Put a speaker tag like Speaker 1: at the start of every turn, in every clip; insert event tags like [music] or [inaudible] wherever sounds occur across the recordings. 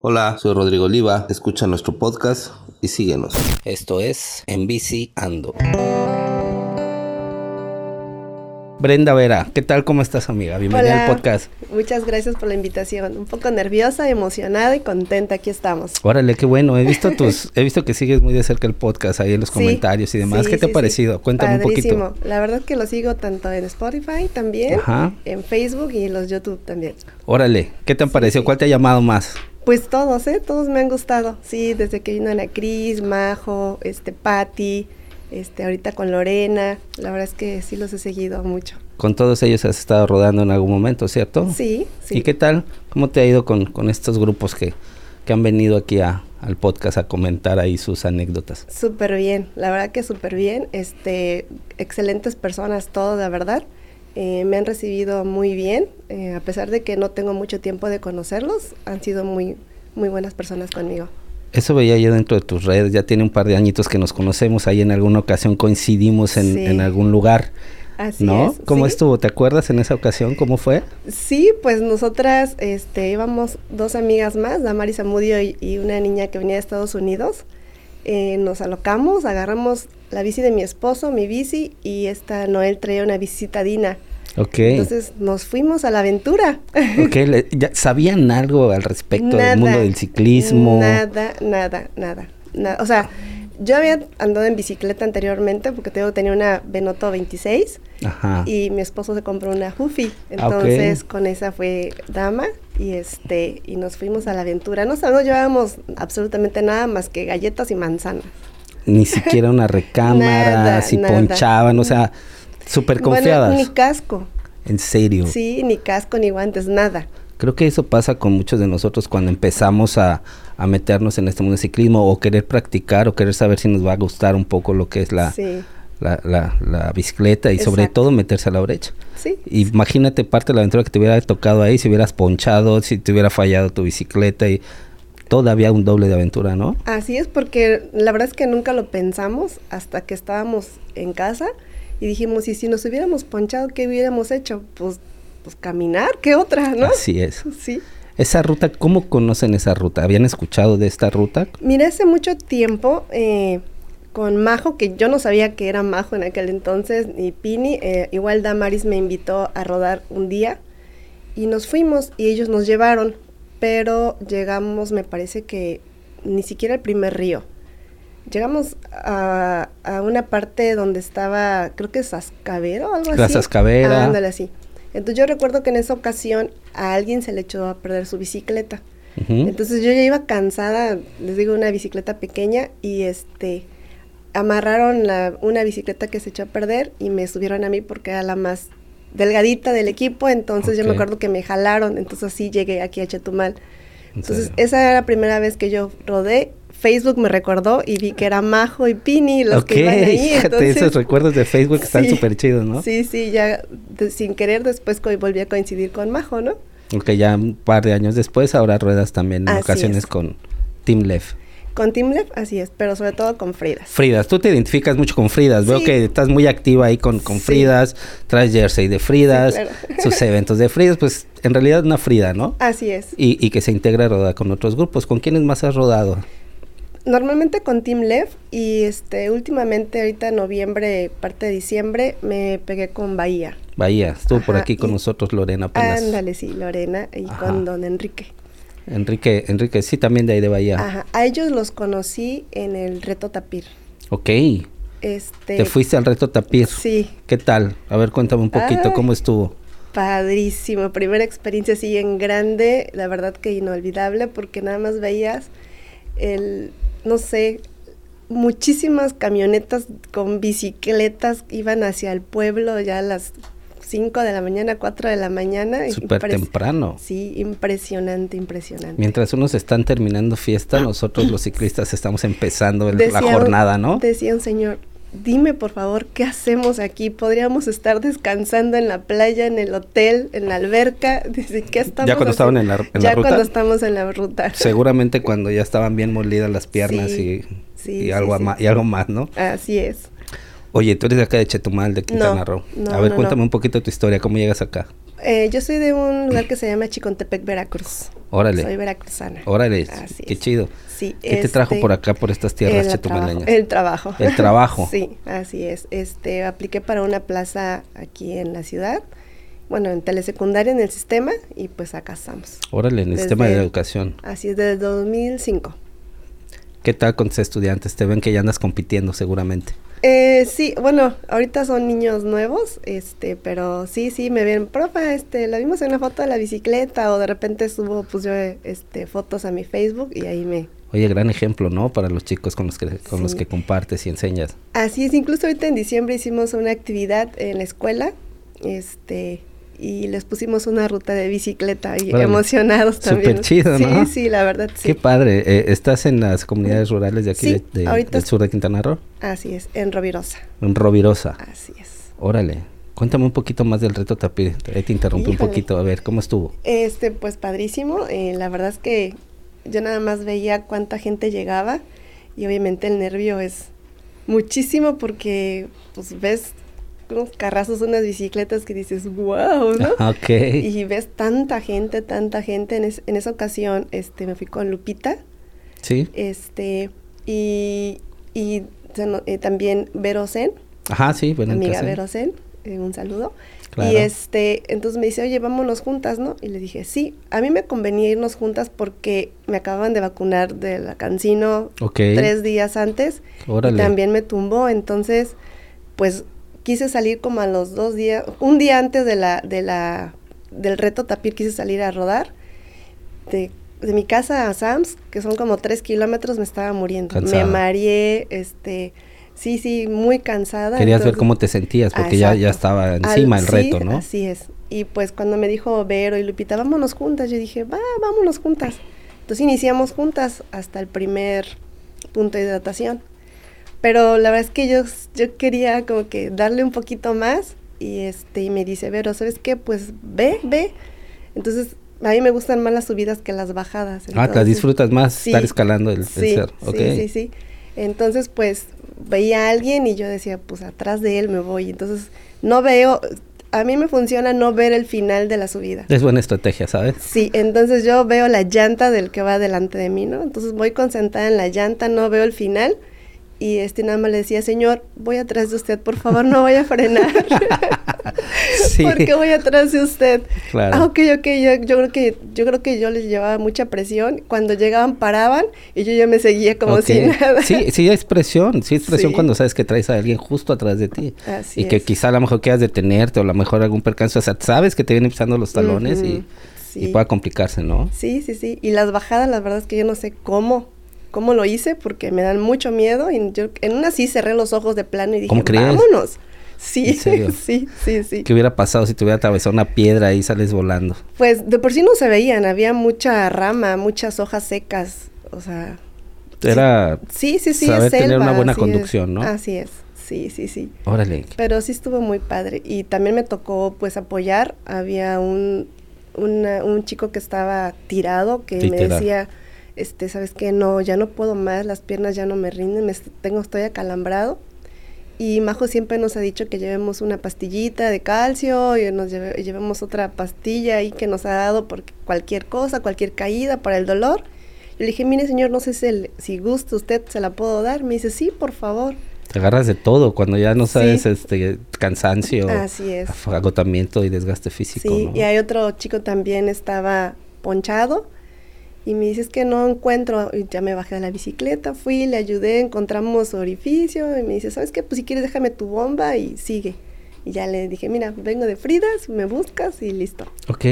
Speaker 1: Hola, soy Rodrigo Oliva, escucha nuestro podcast y síguenos.
Speaker 2: Esto es En Bici Ando.
Speaker 1: Brenda Vera, ¿qué tal? ¿Cómo estás, amiga? Bienvenida
Speaker 3: Hola.
Speaker 1: al podcast.
Speaker 3: Muchas gracias por la invitación. Un poco nerviosa, emocionada y contenta. Aquí estamos.
Speaker 1: Órale, qué bueno.
Speaker 3: [laughs]
Speaker 1: He visto tus, he visto que sigues muy de cerca el podcast ahí en los
Speaker 3: Sí,
Speaker 1: comentarios y demás.
Speaker 3: sí,
Speaker 1: ¿Qué te
Speaker 3: sí,
Speaker 1: ha
Speaker 3: sí.
Speaker 1: parecido? Cuéntame un poquito.
Speaker 3: Padrísimo. La verdad que lo sigo tanto en Spotify también,
Speaker 1: Ajá.
Speaker 3: en Facebook y en los YouTube también.
Speaker 1: Órale, ¿qué te han parecido? ¿Cuál te ha llamado más?
Speaker 3: Pues todos, ¿eh? Todos me han gustado. Sí, desde que vino Ana Cris, Majo, este, Patti, este, ahorita con Lorena. La verdad es que sí los he seguido mucho.
Speaker 1: Con todos ellos has estado rodando en algún momento, ¿cierto?
Speaker 3: Sí, sí.
Speaker 1: Oh. ¿Y qué tal? ¿Cómo te ha ido con, con estos grupos que, que han venido aquí a- al podcast a comentar ahí sus anécdotas?
Speaker 3: Súper bien, la verdad que súper bien. Este, excelentes personas todos, la verdad. Eh, me han recibido muy bien, eh, a pesar de que no tengo mucho tiempo de conocerlos, han sido muy, muy buenas personas conmigo.
Speaker 1: Eso veía yo dentro de tus redes, ya tiene un par de añitos que nos conocemos, ahí en alguna ocasión coincidimos en,
Speaker 3: Sí.
Speaker 1: en algún lugar,
Speaker 3: Así
Speaker 1: ¿no?
Speaker 3: es.
Speaker 1: ¿Cómo
Speaker 3: ¿sí?
Speaker 1: estuvo? ¿Te acuerdas en esa ocasión cómo fue?
Speaker 3: Sí, pues nosotras este, íbamos dos amigas más, Damari Zamudio y, y una niña que venía de Estados Unidos. Eh, nos alocamos, agarramos la bici de mi esposo, mi bici, y esta Noel traía una bici citadina.
Speaker 1: Ok.
Speaker 3: Entonces nos fuimos a la aventura. [laughs]
Speaker 1: Ok, le- ya- ¿sabían algo al respecto del mundo
Speaker 3: Nada,
Speaker 1: del ciclismo?
Speaker 3: [laughs] Nada, nada, nada, nada. O sea, yo había andado en bicicleta anteriormente porque tengo, tenía una Benoto 26
Speaker 1: Ajá.
Speaker 3: y mi esposo se compró una Huffy.
Speaker 1: Ah, ok.
Speaker 3: Entonces con esa fue dama y este y nos fuimos a la aventura. No, o sea, no llevábamos absolutamente nada más que galletas y manzanas.
Speaker 1: Ni siquiera
Speaker 3: [laughs]
Speaker 1: una recámara,
Speaker 3: Nada,
Speaker 1: si
Speaker 3: nada.
Speaker 1: ponchaban, o sea, súper confiadas.
Speaker 3: Bueno, ni casco.
Speaker 1: En serio.
Speaker 3: Sí, ni casco ni guantes, nada.
Speaker 1: Creo que eso pasa con muchos de nosotros cuando empezamos a, a meternos en este mundo del ciclismo o querer practicar o querer saber si nos va a gustar un poco lo que es la,
Speaker 3: Sí.
Speaker 1: la, la- la bicicleta y sobre
Speaker 3: Exacto.
Speaker 1: todo meterse a la brecha.
Speaker 3: Sí.
Speaker 1: Imagínate parte de la aventura que te hubiera tocado ahí, si hubieras ponchado, si te hubiera fallado tu bicicleta y todavía un doble de aventura, ¿no?
Speaker 3: Así es, porque la verdad es que nunca lo pensamos hasta que estábamos en casa y dijimos, y si nos hubiéramos ponchado, ¿qué hubiéramos hecho? Pues, pues caminar, ¿qué otra, no?
Speaker 1: Así es.
Speaker 3: [laughs] Sí.
Speaker 1: Esa ruta, ¿cómo conocen esa ruta? ¿Habían escuchado de esta ruta?
Speaker 3: Mira, hace mucho tiempo eh, con Majo, que yo no sabía que era Majo en aquel entonces, ni Pini, eh, igual Damaris me invitó a rodar un día y nos fuimos y ellos nos llevaron, pero llegamos, me parece que ni siquiera el primer río. Llegamos a, a una parte donde estaba, creo que Sascavero o algo
Speaker 1: La
Speaker 3: así.
Speaker 1: Sascavera.
Speaker 3: Ah, ándale, así. Entonces yo recuerdo que en esa ocasión a alguien se le echó a perder su bicicleta.
Speaker 1: Ujú.
Speaker 3: Entonces yo ya iba cansada, les digo, una bicicleta pequeña y este amarraron la, una bicicleta que se echó a perder y me subieron a mí porque era la más delgadita del equipo, entonces yo me
Speaker 1: Ok.
Speaker 3: acuerdo que me jalaron, entonces así llegué aquí a Chetumal.
Speaker 1: En
Speaker 3: Entonces
Speaker 1: serio.
Speaker 3: esa era la primera vez que yo rodé, Facebook me recordó y vi que era Majo y Pini los
Speaker 1: ok, [laughs]
Speaker 3: que iban ahí,
Speaker 1: fíjate,
Speaker 3: entonces-
Speaker 1: esos recuerdos de Facebook están
Speaker 3: Sí.
Speaker 1: súper chidos, ¿no?
Speaker 3: Sí, sí, ya de- sin querer después co- volví a coincidir con Majo, ¿no?
Speaker 1: Ok, ya un par de años después, ahora ruedas también en
Speaker 3: Así
Speaker 1: ocasiones
Speaker 3: es.
Speaker 1: con Team Left.
Speaker 3: Con Team Lab, así es, pero sobre todo con Fridas.
Speaker 1: Fridas, tú te identificas mucho con Fridas, veo
Speaker 3: Sí.
Speaker 1: que estás muy activa ahí con, con
Speaker 3: Sí.
Speaker 1: Fridas, traes jersey de Fridas,
Speaker 3: Sí, claro. [laughs]
Speaker 1: sus eventos de Fridas, pues en realidad una Frida, ¿no?
Speaker 3: Así es.
Speaker 1: Y, y que se integra a rodar con otros grupos. ¿Con quiénes más has rodado?
Speaker 3: Normalmente con Team Lev y este últimamente ahorita en noviembre, parte de diciembre, me pegué con Bahía.
Speaker 1: Bahía, estuvo por
Speaker 3: Ajá,
Speaker 1: aquí con
Speaker 3: y-
Speaker 1: nosotros Lorena apenas.
Speaker 3: Ándale, sí, Lorena y
Speaker 1: Ajá.
Speaker 3: con Don Enrique.
Speaker 1: Enrique, Enrique, sí, también de ahí de Bahía.
Speaker 3: Ajá. A ellos los conocí en el Reto Tapir.
Speaker 1: Ok,
Speaker 3: Este,
Speaker 1: te fuiste al reto tapir.
Speaker 3: Sí,
Speaker 1: ¿Qué tal? A ver, cuéntame un poquito,
Speaker 3: Ay.
Speaker 1: ¿cómo estuvo?
Speaker 3: Padrísimo, primera experiencia así en grande, la verdad que inolvidable porque nada más veías el, no sé, muchísimas camionetas con bicicletas iban hacia el pueblo ya a las 5 de la mañana, 4 de la mañana. y
Speaker 1: Súper
Speaker 3: impres-
Speaker 1: temprano.
Speaker 3: Sí, impresionante, impresionante.
Speaker 1: Mientras unos están terminando fiesta, nosotros los ciclistas estamos empezando el- la
Speaker 3: Ah. Decía un-
Speaker 1: jornada, ¿no?
Speaker 3: Decía un señor, dime por favor, ¿qué hacemos aquí? Podríamos estar descansando en la playa, en el hotel, en la alberca. [laughs] Dice, ¿qué estamos
Speaker 1: Ya cuando estaban
Speaker 3: haciendo?"
Speaker 1: en la, en
Speaker 3: ya
Speaker 1: la ruta.
Speaker 3: cuando estamos en la ruta.
Speaker 1: Seguramente cuando ya estaban bien molidas las piernas
Speaker 3: Sí,
Speaker 1: y,
Speaker 3: sí,
Speaker 1: y
Speaker 3: sí,
Speaker 1: algo
Speaker 3: sí.
Speaker 1: ma- y algo más, ¿no?
Speaker 3: [laughs] Así es.
Speaker 1: Oye, tú eres de acá de Chetumal, de Quintana
Speaker 3: No,
Speaker 1: Roo.
Speaker 3: no,
Speaker 1: A ver,
Speaker 3: no,
Speaker 1: cuéntame
Speaker 3: no.
Speaker 1: un poquito tu historia, ¿cómo llegas acá?
Speaker 3: Eh, yo soy de un lugar que se llama Chicontepec, Veracruz.
Speaker 1: Órale.
Speaker 3: Soy veracruzana.
Speaker 1: Órale,
Speaker 3: Así
Speaker 1: qué
Speaker 3: es.
Speaker 1: chido.
Speaker 3: Sí,
Speaker 1: ¿Qué te trajo
Speaker 3: este,
Speaker 1: por acá, por estas tierras
Speaker 3: el
Speaker 1: chetumeleñas?
Speaker 3: trabajo- El trabajo.
Speaker 1: El trabajo.
Speaker 3: [laughs] sí, así es. Este, apliqué para una plaza aquí en la ciudad, bueno, en telesecundaria en el sistema y pues acá estamos.
Speaker 1: Órale, en el
Speaker 3: Desde-
Speaker 1: sistema de educación.
Speaker 3: Así es, desde 2005.
Speaker 1: ¿Qué tal con tus estudiantes? Te ven que ya andas compitiendo seguramente.
Speaker 3: Eh, sí, bueno, ahorita son niños nuevos, este, pero sí, sí, me ven, profa, este, la vimos en una foto de la bicicleta o de repente subo, pues yo, eh, este, fotos a mi Facebook y ahí me...
Speaker 1: Oye, gran ejemplo, ¿no? Para los chicos con los que, con los
Speaker 3: Sí.
Speaker 1: que compartes y enseñas.
Speaker 3: Así es, incluso ahorita en diciembre hicimos una actividad en la escuela, este, y les pusimos una ruta de bicicleta y
Speaker 1: Órale.
Speaker 3: emocionados también.
Speaker 1: Súper chido,
Speaker 3: sí,
Speaker 1: ¿no?
Speaker 3: Sí, la verdad, sí.
Speaker 1: Qué padre. eh, ¿Estás en las comunidades rurales de aquí,
Speaker 3: Sí,
Speaker 1: de- de-
Speaker 3: ahorita
Speaker 1: del
Speaker 3: es-
Speaker 1: sur de Quintana Roo?
Speaker 3: Así es, en Rovirosa,
Speaker 1: En Rovirosa.
Speaker 3: así es.
Speaker 1: Órale. Cuéntame un poquito más del reto tapir. Ahí te interrumpí un
Speaker 3: Híjole.
Speaker 1: poquito. A ver, ¿cómo estuvo?
Speaker 3: Este, pues padrísimo. eh, la verdad es que yo nada más veía cuánta gente llegaba y obviamente el nervio es muchísimo porque pues ves unos carrazos, unas bicicletas que dices, wow, ¿no?
Speaker 1: Ah, ok.
Speaker 3: Y ves tanta gente, tanta gente. En, es- en esa ocasión este, me fui con Lupita
Speaker 1: Sí.
Speaker 3: este, y, y se no- eh, también Vero Zen,
Speaker 1: Ajá, sí. Bueno,
Speaker 3: amiga
Speaker 1: entonces-
Speaker 3: Vero Zen, eh, un saludo.
Speaker 1: Claro.
Speaker 3: Y este, entonces me dice, oye, vámonos juntas, ¿no? Y le dije, sí, a mí me convenía irnos juntas porque me acababan de vacunar de la cancino
Speaker 1: Ok.
Speaker 3: tres días antes
Speaker 1: Órale.
Speaker 3: y también me tumbó, entonces, pues quise salir como a los dos días, un día antes de la, de la, del reto tapir quise salir a rodar de, de mi casa a Sams, que son como tres kilómetros, me estaba muriendo,
Speaker 1: Cansada.
Speaker 3: me mareé, este, sí, sí, muy cansada.
Speaker 1: Querías ver
Speaker 3: entonces-
Speaker 1: cómo te sentías,
Speaker 3: Ah,
Speaker 1: porque ya, ya
Speaker 3: exacto.
Speaker 1: estaba
Speaker 3: Al-
Speaker 1: encima el
Speaker 3: sí,
Speaker 1: reto, ¿no?
Speaker 3: Así es. Y pues cuando me dijo Vero y Lupita, vámonos juntas, yo dije, va, vámonos juntas. Entonces iniciamos juntas hasta el primer punto de hidratación. Pero la verdad es que yo, yo quería como que darle un poquito más y, este, y me dice, Vero, ¿sabes qué? Pues ve, ve. Entonces a mí me gustan más las subidas que las bajadas.
Speaker 1: ah, te
Speaker 3: entonces-
Speaker 1: disfrutas más
Speaker 3: Sí.
Speaker 1: estar escalando el, el cerro.
Speaker 3: sí,
Speaker 1: Ok.
Speaker 3: sí, sí. Entonces, pues, veía a alguien y yo decía, pues, atrás de él me voy. Entonces, no veo, a mí me funciona no ver el final de la subida.
Speaker 1: Es buena
Speaker 3: [laughs]
Speaker 1: estrategia, ¿sabes?
Speaker 3: Sí, entonces yo veo la llanta del que va delante de mí, ¿no? Entonces voy concentrada en la llanta, no veo el final. Y este nada más le decía, señor, voy atrás de usted, por favor, no vaya a frenar.
Speaker 1: [laughs]
Speaker 3: [laughs]
Speaker 1: Sí.
Speaker 3: ¿Por qué voy atrás de usted?
Speaker 1: [laughs] Claro.
Speaker 3: Ah, ok, ok, yo, yo creo que, yo creo que yo les llevaba mucha presión. Cuando llegaban, paraban y yo ya me seguía como
Speaker 1: Ok.
Speaker 3: si nada. [laughs]
Speaker 1: Sí, sí es presión, sí es presión
Speaker 3: Sí.
Speaker 1: cuando sabes que traes a alguien justo atrás de ti.
Speaker 3: Así
Speaker 1: y que
Speaker 3: es.
Speaker 1: quizá a lo mejor quieras detenerte o a lo mejor algún percance, o sea, sabes que te vienen pisando los talones y,
Speaker 3: Ujú,
Speaker 1: y
Speaker 3: sí.
Speaker 1: pueda complicarse, ¿no?
Speaker 3: Sí, sí, sí. Y las bajadas, la verdad es que yo no sé cómo, cómo lo hice porque me dan mucho miedo. Y yo en una sí cerré los ojos de plano y dije,
Speaker 1: ¿Cómo crees?
Speaker 3: vámonos. Sí,
Speaker 1: ¿En serio?
Speaker 3: [laughs] sí, sí, sí.
Speaker 1: ¿Qué hubiera pasado si te hubiera atravesado una piedra y sales volando?
Speaker 3: Pues de por sí no se veían, había mucha rama, muchas hojas secas. O sea,
Speaker 1: Era,
Speaker 3: sí, sí, sí. es
Speaker 1: Saber tener una
Speaker 3: selva,
Speaker 1: buena
Speaker 3: así
Speaker 1: conducción,
Speaker 3: es.
Speaker 1: ¿no?
Speaker 3: Así es, sí, sí, sí.
Speaker 1: órale,
Speaker 3: Pero sí estuvo muy padre. Y también me tocó, pues, apoyar. Había un, una- un chico que estaba tirado que
Speaker 1: Literal.
Speaker 3: me decía, este, ¿sabes qué? No, ya no puedo más, las piernas ya no me rinden, me est- tengo, estoy acalambrado. Y Majo siempre nos ha dicho que llevemos una pastillita de calcio y nos lleve- llevemos otra pastilla ahí que nos ha dado por cualquier cosa, cualquier caída para el dolor. Yo le dije, mire señor, no sé si, el- si gusta usted, se la puedo dar. Me dice, sí, por favor.
Speaker 1: te agarras de todo cuando ya no
Speaker 3: Sí.
Speaker 1: sabes este cansancio,
Speaker 3: Así es.
Speaker 1: af- agotamiento y desgaste físico,
Speaker 3: Sí,
Speaker 1: ¿no?
Speaker 3: y hay otro chico también estaba ponchado y me dice es que no encuentro, y ya me bajé de la bicicleta, fui, le ayudé, encontramos su orificio y me dice, ¿sabes qué? Pues si quieres déjame tu bomba y sigue. Y ya le dije, mira, vengo de Fridas, me buscas y listo.
Speaker 1: Ok,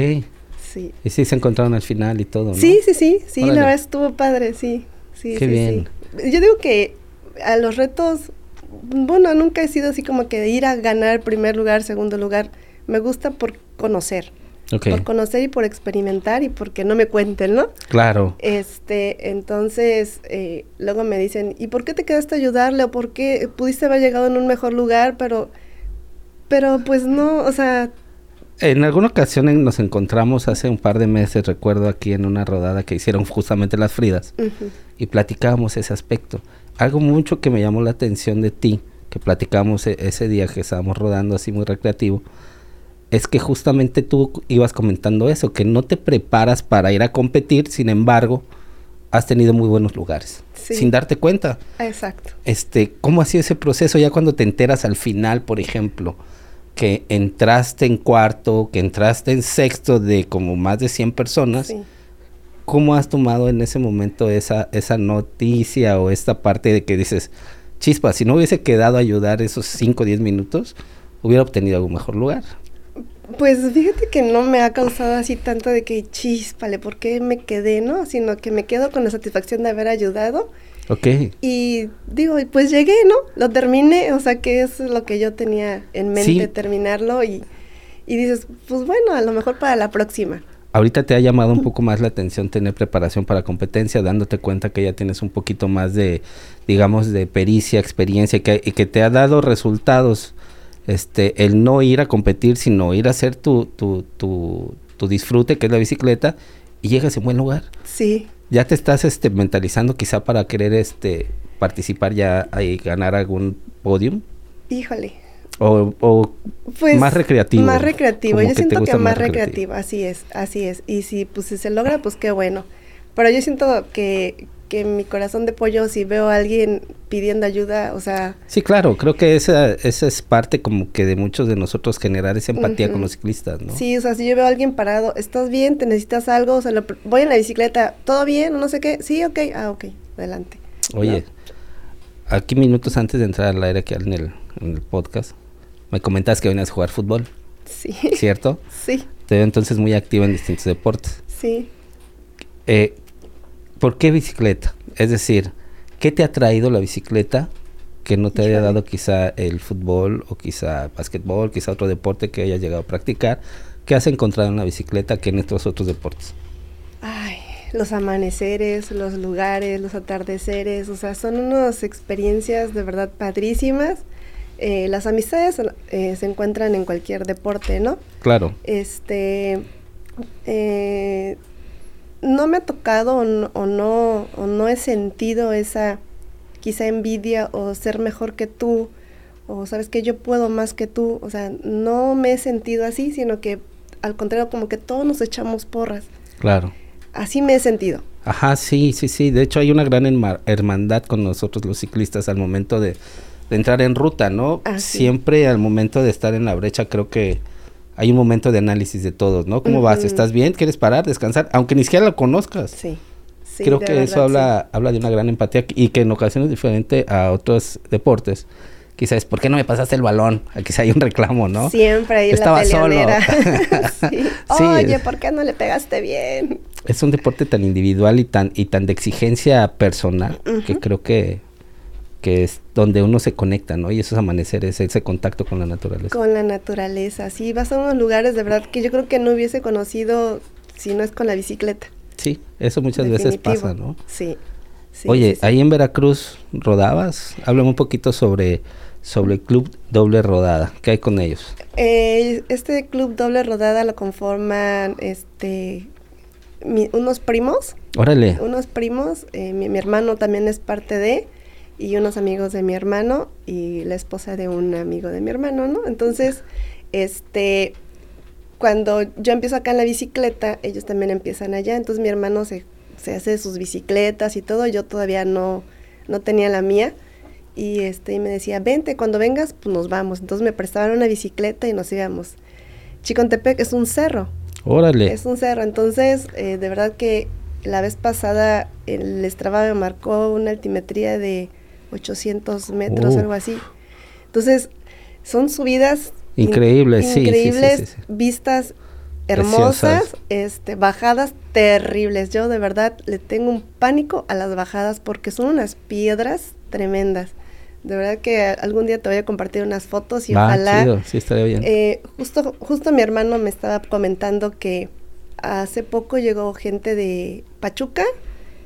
Speaker 3: Sí,
Speaker 1: y sí se encontraron al final y todo, ¿no?
Speaker 3: sí, sí, sí, sí,
Speaker 1: Órale.
Speaker 3: la verdad estuvo padre, sí, sí, sí,
Speaker 1: Qué
Speaker 3: sí.
Speaker 1: bien.
Speaker 3: Yo digo que a los retos, bueno, nunca he sido así como que de ir a ganar primer lugar, segundo lugar, me gusta por conocer
Speaker 1: Ok,
Speaker 3: por conocer y por experimentar y porque no me cuenten, ¿no?
Speaker 1: claro.
Speaker 3: Este, entonces, eh, luego me dicen, ¿y por qué te quedaste a ayudarle? ¿O por qué pudiste haber llegado en un mejor lugar? Pero, pero pues no, o sea,
Speaker 1: En alguna ocasión en- nos encontramos hace un par de meses, recuerdo aquí en una rodada que hicieron justamente las Fridas
Speaker 3: ujú,
Speaker 1: y platicábamos ese aspecto. Algo mucho que me llamó la atención de ti, que platicábamos e- ese día que estábamos rodando así muy recreativo, es que justamente tú ibas comentando eso, que no te preparas para ir a competir, sin embargo, has tenido muy buenos lugares,
Speaker 3: Sí.
Speaker 1: sin darte cuenta.
Speaker 3: Exacto.
Speaker 1: Este, ¿cómo ha sido ese proceso ya cuando te enteras al final, por ejemplo, que entraste en cuarto, que entraste en sexto de como más de 100 personas?
Speaker 3: Sí.
Speaker 1: ¿Cómo has tomado en ese momento esa, esa noticia o esta parte de que dices, chispa, si no hubiese quedado a ayudar esos 5 o 10 minutos, hubiera obtenido algún mejor lugar?
Speaker 3: Pues fíjate que no me ha causado así tanto de que chispale, ¿por qué me quedé, no? Sino que me quedo con la satisfacción de haber ayudado.
Speaker 1: Ok.
Speaker 3: Y digo, y pues llegué, ¿no? Lo terminé, o sea que es lo que yo tenía en mente,
Speaker 1: Sí.
Speaker 3: terminarlo. Y, y dices, pues bueno, a lo mejor para la próxima.
Speaker 1: Ahorita te ha llamado un poco más la atención tener preparación para competencia, dándote cuenta que ya tienes un poquito más de, digamos, de pericia, experiencia, que, y que te ha dado resultados. Este, el no ir a competir, sino ir a hacer tu, tu, tu, tu disfrute, que es la bicicleta, y llegas en buen lugar.
Speaker 3: Sí,
Speaker 1: Ya te estás este, mentalizando quizá para querer este, participar ya y ganar algún podium.
Speaker 3: híjole.
Speaker 1: O, o
Speaker 3: Pues,
Speaker 1: Más recreativo,
Speaker 3: Más recreativo.
Speaker 1: como
Speaker 3: Yo
Speaker 1: que te
Speaker 3: siento que
Speaker 1: gusta
Speaker 3: más,
Speaker 1: más
Speaker 3: recreativo.
Speaker 1: recreativo.
Speaker 3: así es, así es. Y si pues si se logra, pues qué bueno. Pero yo siento que, que mi corazón de pollo, si veo a alguien pidiendo ayuda, o sea,
Speaker 1: Sí, claro, creo que esa, esa es parte como que de muchos de nosotros generar esa empatía
Speaker 3: Ujú.
Speaker 1: con los ciclistas, ¿no?
Speaker 3: sí, o sea, si yo veo a alguien parado, ¿estás bien? ¿Te necesitas algo? O sea, lo pr- voy en la bicicleta, ¿todo bien? No sé qué. Sí, ok, ah, ok, adelante.
Speaker 1: Oye, aquí minutos antes de entrar al aire aquí en el, en el podcast, me comentas que venías a jugar fútbol,
Speaker 3: Sí,
Speaker 1: ¿cierto?
Speaker 3: [laughs] sí,
Speaker 1: Te veo entonces muy activa en distintos deportes.
Speaker 3: sí.
Speaker 1: Eh, ¿Por qué bicicleta? Es decir, ¿qué te ha traído la bicicleta que no te haya
Speaker 3: Híjole.
Speaker 1: dado quizá el fútbol o quizá básquetbol, quizá otro deporte que hayas llegado a practicar? ¿Qué has encontrado en la bicicleta que en estos otros deportes?
Speaker 3: Ay, los amaneceres, los lugares, los atardeceres, o sea, son unas experiencias de verdad padrísimas. Eh, las amistades eh, se encuentran en cualquier deporte, ¿no?
Speaker 1: Claro.
Speaker 3: Este, eh, no me ha tocado o no, o no, o no he sentido esa quizá envidia o ser mejor que tú, o sabes que yo puedo más que tú, o sea, no me he sentido así, sino que al contrario, como que todos nos echamos porras.
Speaker 1: Claro.
Speaker 3: Así me he sentido.
Speaker 1: Ajá, sí, sí, sí. De hecho, hay una gran enma- hermandad con nosotros los ciclistas al momento de, de entrar en ruta, ¿no?
Speaker 3: Ah, sí.
Speaker 1: Siempre al momento de estar en la brecha, creo que hay un momento de análisis de todos, ¿no? ¿Cómo vas?
Speaker 3: Ujú.
Speaker 1: ¿Estás bien? ¿Quieres parar? ¿Descansar? Aunque ni siquiera lo conozcas.
Speaker 3: Sí. sí,
Speaker 1: creo
Speaker 3: de
Speaker 1: que eso
Speaker 3: verdad,
Speaker 1: habla, habla de una gran empatía y que en ocasiones diferente a otros deportes. Quizás, ¿por qué no me pasaste el balón? Quizá hay un reclamo,
Speaker 3: sí.
Speaker 1: ¿no?
Speaker 3: Siempre ahí
Speaker 1: Estaba
Speaker 3: la
Speaker 1: solo. [laughs]
Speaker 3: peleonera. [laughs] sí.
Speaker 1: Sí.
Speaker 3: Oye, ¿por qué no le pegaste bien?
Speaker 1: es un deporte tan individual y tan y tan de exigencia personal que creo que que es donde uno se conecta, ¿no? Y esos amaneceres, ese contacto con la naturaleza.
Speaker 3: Con la naturaleza, sí, vas a unos lugares de verdad que yo creo que no hubiese conocido si no es con la bicicleta.
Speaker 1: Sí, eso muchas veces
Speaker 3: definitivo.
Speaker 1: pasa, ¿no?
Speaker 3: Sí. sí,
Speaker 1: Oye,
Speaker 3: sí, sí.
Speaker 1: ahí en Veracruz rodabas. Háblame un poquito sobre sobre el club Doble Rodada. ¿Qué hay con ellos?
Speaker 3: Eh, este club doble rodada lo conforman este mi- unos primos,
Speaker 1: Órale.
Speaker 3: unos primos, eh, mi, mi hermano también es parte de, y unos amigos de mi hermano, y la esposa de un amigo de mi hermano, ¿no? Entonces, este, cuando yo empiezo acá en la bicicleta, ellos también empiezan allá, entonces mi hermano se, se hace sus bicicletas y todo, yo todavía no, no tenía la mía, y este, y me decía, vente, cuando vengas, pues nos vamos. Entonces me prestaban una bicicleta y nos íbamos. Chicontepec es un cerro,
Speaker 1: Órale.
Speaker 3: es un cerro, entonces eh, de verdad que la vez pasada el Strava me marcó una altimetría de 800 metros,
Speaker 1: Uh.
Speaker 3: algo así. Entonces son subidas in-
Speaker 1: Increíbles, sí, sí, sí,
Speaker 3: increíbles,
Speaker 1: sí, sí.
Speaker 3: vistas hermosas,
Speaker 1: Preciosas.
Speaker 3: este, bajadas terribles. Yo de verdad le tengo un pánico a las bajadas porque son unas piedras tremendas. De verdad que algún día te voy a compartir unas fotos y
Speaker 1: Ah,
Speaker 3: ojalá
Speaker 1: chido, sí estaría bien.
Speaker 3: eh, justo, justo mi hermano me estaba comentando que hace poco llegó gente de Pachuca,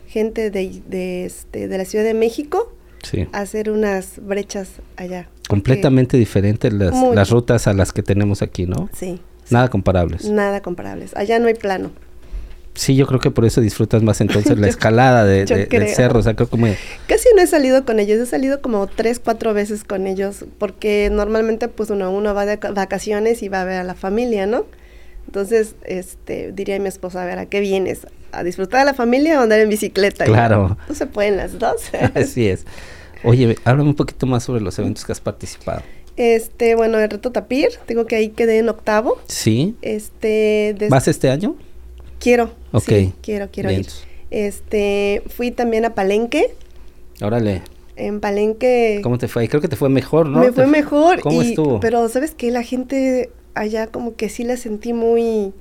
Speaker 3: gente de, de, este, de la Ciudad de México,
Speaker 1: sí.
Speaker 3: a hacer unas brechas allá. porque-
Speaker 1: Completamente diferentes las,
Speaker 3: Muy.
Speaker 1: las rutas a las que tenemos aquí, ¿no?
Speaker 3: Sí,
Speaker 1: Nada comparables.
Speaker 3: nada comparables. Allá no hay plano.
Speaker 1: Sí, yo creo que por eso disfrutas más
Speaker 3: [laughs]
Speaker 1: entonces la escalada de,
Speaker 3: yo
Speaker 1: de- del
Speaker 3: creo.
Speaker 1: cerro. O sea, creo
Speaker 3: [laughs]
Speaker 1: que me-
Speaker 3: Casi no he salido con ellos, he salido como tres, cuatro veces con ellos, porque normalmente pues uno, uno va de ca- vacaciones y va a ver a la familia, ¿no? Entonces, este, diría mi esposa, a ver, ¿a qué vienes? ¿A disfrutar de la familia o andar en bicicleta? Y yo,
Speaker 1: Claro. Ah,
Speaker 3: No se pueden las
Speaker 1: [laughs]
Speaker 3: dos.
Speaker 1: Así es. Oye, ve, háblame un poquito más sobre los eventos que has participado.
Speaker 3: Este, bueno, el reto tapir, digo que ahí quedé en octavo.
Speaker 1: ¿Sí?
Speaker 3: Este, des-
Speaker 1: ¿Vas este año?
Speaker 3: quiero,
Speaker 1: Ok.
Speaker 3: sí, quiero, quiero ir.
Speaker 1: Vientos.
Speaker 3: Este, fui también a Palenque,
Speaker 1: Órale.
Speaker 3: en Palenque
Speaker 1: ¿Cómo te fue ahí? Creo que te fue mejor, ¿no?
Speaker 3: me
Speaker 1: Te
Speaker 3: fue
Speaker 1: fu-
Speaker 3: mejor
Speaker 1: ¿Cómo
Speaker 3: y-
Speaker 1: estuvo?
Speaker 3: pero sabes que la gente allá como que sí la sentí muy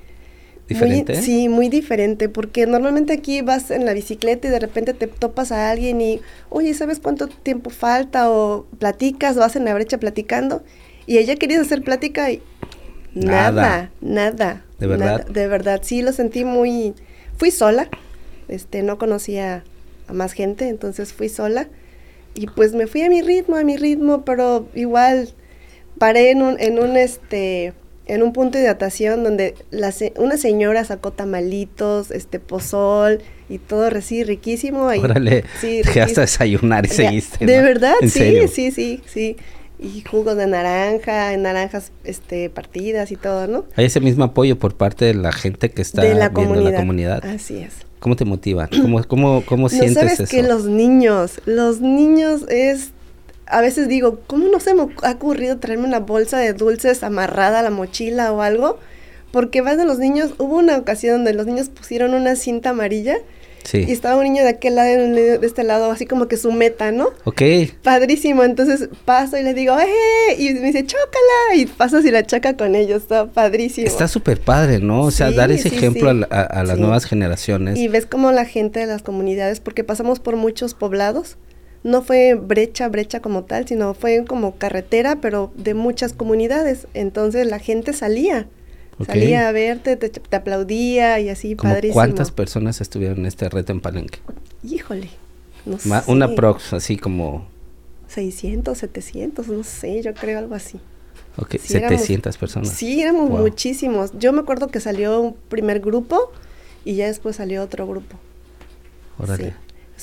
Speaker 1: ¿Diferente?
Speaker 3: muy, sí, muy diferente, porque normalmente aquí vas en la bicicleta y de repente te topas a alguien y, oye, ¿sabes cuánto tiempo falta? O platicas, vas en la brecha platicando, y ella querías hacer plática y
Speaker 1: Nada.
Speaker 3: nada, nada.
Speaker 1: ¿De verdad?
Speaker 3: nada, de verdad, sí, lo sentí muy, fui sola, este, no conocía a más gente, entonces fui sola, y pues me fui a mi ritmo, a mi ritmo, pero igual paré en un, en un este en un punto de hidratación donde la se- una señora sacó tamalitos, este pozol y todo así riquísimo ahí.
Speaker 1: Órale. [laughs]
Speaker 3: Sí,
Speaker 1: te quedaste
Speaker 3: riquísimo.
Speaker 1: a desayunar y
Speaker 3: Ya,
Speaker 1: [laughs] seguiste.
Speaker 3: De
Speaker 1: ¿no?
Speaker 3: verdad,
Speaker 1: ¿En
Speaker 3: sí,
Speaker 1: serio?
Speaker 3: sí, sí, sí. Y jugos de naranja, y naranjas este partidas y todo, ¿no?
Speaker 1: Hay ese mismo apoyo por parte de la gente que está
Speaker 3: de la
Speaker 1: viendo
Speaker 3: comunidad.
Speaker 1: la comunidad.
Speaker 3: Así es.
Speaker 1: ¿Cómo te motiva? ¿Cómo, cómo, cómo
Speaker 3: No
Speaker 1: sientes
Speaker 3: sabes
Speaker 1: eso?
Speaker 3: que los niños, los niños es, a veces digo, ¿cómo no se me ha ocurrido traerme una bolsa de dulces amarrada a la mochila o algo? Porque van de los niños, hubo una ocasión donde los niños pusieron una cinta amarilla y
Speaker 1: Sí.
Speaker 3: estaba un niño de aquel lado y un niño de este lado, así como que su meta, ¿no?
Speaker 1: Ok.
Speaker 3: Padrísimo, entonces paso y le digo, ¡eh! Y me dice, ¡chócala! Y pasas y la chaca con ellos, está padrísimo.
Speaker 1: Está súper padre, ¿no? O sea,
Speaker 3: Sí,
Speaker 1: dar ese
Speaker 3: sí,
Speaker 1: ejemplo a
Speaker 3: sí.
Speaker 1: la- a, a las
Speaker 3: Sí.
Speaker 1: nuevas generaciones.
Speaker 3: Y ves como la gente de las comunidades, porque pasamos por muchos poblados, no fue brecha, brecha como tal, sino fue como carretera, pero de muchas comunidades. Entonces la gente salía,
Speaker 1: Ok.
Speaker 3: salía a verte, te, te aplaudía y así,
Speaker 1: ¿Cómo
Speaker 3: padrísimo.
Speaker 1: ¿Cuántas personas estuvieron en este reto en Palenque?
Speaker 3: Híjole, no
Speaker 1: Ma-
Speaker 3: sé.
Speaker 1: Una prox, así como
Speaker 3: 600, 700, no sé, yo creo algo así.
Speaker 1: ok,
Speaker 3: Sí, éramos-
Speaker 1: 700 personas.
Speaker 3: Sí, éramos
Speaker 1: Wow.
Speaker 3: muchísimos. Yo me acuerdo que salió un primer grupo y ya después salió otro grupo.
Speaker 1: Órale.
Speaker 3: Sí.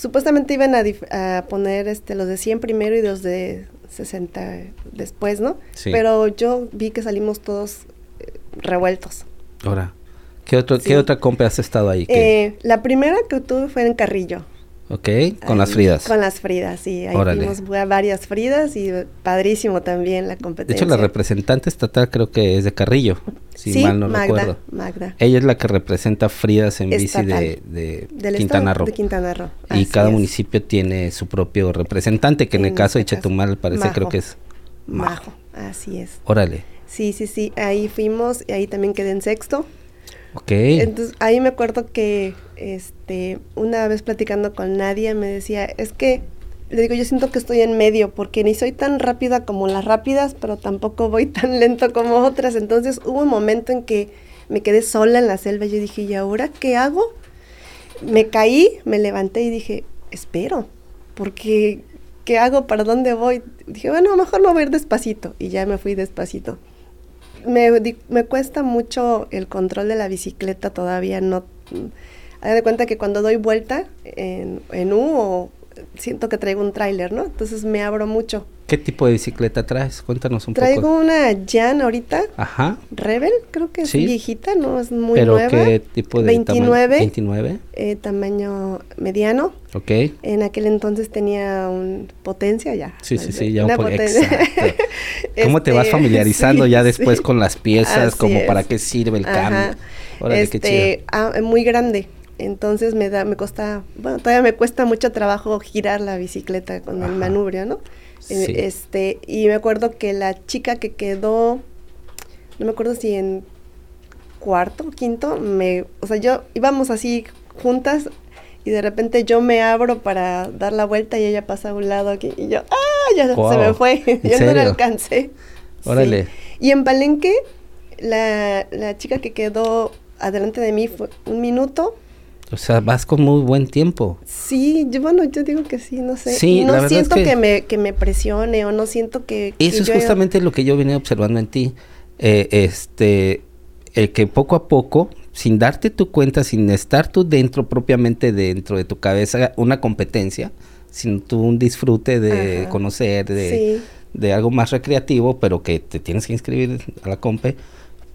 Speaker 3: Supuestamente iban a, dif- a poner este, los de 100 primero y los de 60 después, ¿no?
Speaker 1: Sí.
Speaker 3: Pero yo vi que salimos todos eh, revueltos.
Speaker 1: Ahora, ¿qué, otro,
Speaker 3: Sí.
Speaker 1: ¿qué otra compra has estado ahí? que-
Speaker 3: Eh, la primera que tuve fue en Carrillo.
Speaker 1: ok, con
Speaker 3: Ahí,
Speaker 1: las Fridas.
Speaker 3: Con las Fridas, sí. Ahí
Speaker 1: Órale.
Speaker 3: vimos va- varias Fridas y eh, padrísimo también la
Speaker 1: de
Speaker 3: competencia.
Speaker 1: hecho, la representante estatal creo que es de Carrillo, si
Speaker 3: Sí,
Speaker 1: mal no
Speaker 3: Magda,
Speaker 1: recuerdo.
Speaker 3: Magda.
Speaker 1: Ella es la que representa Fridas en bici
Speaker 3: Estatal.
Speaker 1: de, de
Speaker 3: Del
Speaker 1: Quintana
Speaker 3: estado
Speaker 1: Roo.
Speaker 3: De Quintana Roo.
Speaker 1: y
Speaker 3: así
Speaker 1: cada
Speaker 3: es.
Speaker 1: municipio tiene su propio representante, que en, el
Speaker 3: En
Speaker 1: caso de
Speaker 3: este caso,
Speaker 1: Chetumal parece creo
Speaker 3: Majo.
Speaker 1: que es...
Speaker 3: Majo, así es.
Speaker 1: Órale,
Speaker 3: Sí, sí, sí. Ahí fuimos y ahí también quedé en sexto.
Speaker 1: ok.
Speaker 3: Entonces, ahí me acuerdo que este, una vez platicando con Nadia me decía, es que, le digo, yo siento que estoy en medio, porque ni soy tan rápida como las rápidas, pero tampoco voy [laughs] tan lento como otras. Entonces, hubo un momento en que me quedé sola en la selva y yo dije, ¿y ahora qué hago? Me caí, me levanté y dije, espero, porque ¿qué hago? ¿Para dónde voy? Dije, bueno, mejor me voy a ir despacito. Y ya me fui despacito me, di- me cuesta mucho el control de la bicicleta todavía. No, haga de cuenta que cuando doy vuelta en, en U, o siento que traigo un tráiler, ¿no? Entonces me abro mucho.
Speaker 1: ¿Qué tipo de bicicleta traes? Cuéntanos un
Speaker 3: Traigo
Speaker 1: poco.
Speaker 3: una Jan ahorita,
Speaker 1: Ajá.
Speaker 3: Rebel, creo que es
Speaker 1: Sí.
Speaker 3: viejita, ¿no? Es muy
Speaker 1: ¿Pero
Speaker 3: nueva.
Speaker 1: qué tipo de tamaño?
Speaker 3: 29,
Speaker 1: 29.
Speaker 3: eh, tamaño mediano.
Speaker 1: Ok.
Speaker 3: En aquel entonces tenía un potencia ya.
Speaker 1: Sí, sí, sí, ya un
Speaker 3: Una
Speaker 1: poco.
Speaker 3: potencia. [laughs]
Speaker 1: Exacto. ¿Cómo te vas
Speaker 3: Este, [laughs]
Speaker 1: familiarizando
Speaker 3: sí,
Speaker 1: ya después
Speaker 3: sí.
Speaker 1: con las piezas?
Speaker 3: Así
Speaker 1: como
Speaker 3: es.
Speaker 1: para qué sirve el
Speaker 3: Ajá.
Speaker 1: cambio. Órale, qué
Speaker 3: Este, ah, muy grande. Entonces me da, me cuesta, bueno, todavía me cuesta mucho trabajo girar la bicicleta con
Speaker 1: Ajá.
Speaker 3: el manubrio, ¿no? Eh,
Speaker 1: Sí.
Speaker 3: Este, y me acuerdo que la chica que quedó, no me acuerdo si en cuarto, quinto, me, o sea, yo íbamos así juntas y de repente yo me abro para dar la vuelta y ella pasa a un lado aquí y yo, ¡ah! [laughs] Ya
Speaker 1: Guau,
Speaker 3: se me fue,
Speaker 1: ¿en
Speaker 3: yo no
Speaker 1: serio?
Speaker 3: la alcancé. Sí.
Speaker 1: Órale.
Speaker 3: Y en Palenque, la, la chica que quedó adelante de mí fue un minuto.
Speaker 1: chido. O sea, vas con muy buen tiempo.
Speaker 3: Sí, yo, bueno, yo digo que sí, no sé.
Speaker 1: Sí,
Speaker 3: Y
Speaker 1: la
Speaker 3: no
Speaker 1: verdad
Speaker 3: siento
Speaker 1: es
Speaker 3: que...
Speaker 1: que-
Speaker 3: me, que me presione o no siento que... que
Speaker 1: Eso es
Speaker 3: yo-
Speaker 1: justamente lo que yo venía observando en ti. Eh, este, el que poco a poco sin darte tu cuenta, sin estar tú dentro propiamente dentro de tu cabeza una competencia, sino tú un disfrute de
Speaker 3: Ajá.
Speaker 1: conocer, de,
Speaker 3: Sí.
Speaker 1: de algo más recreativo, pero que te tienes que inscribir a la compe,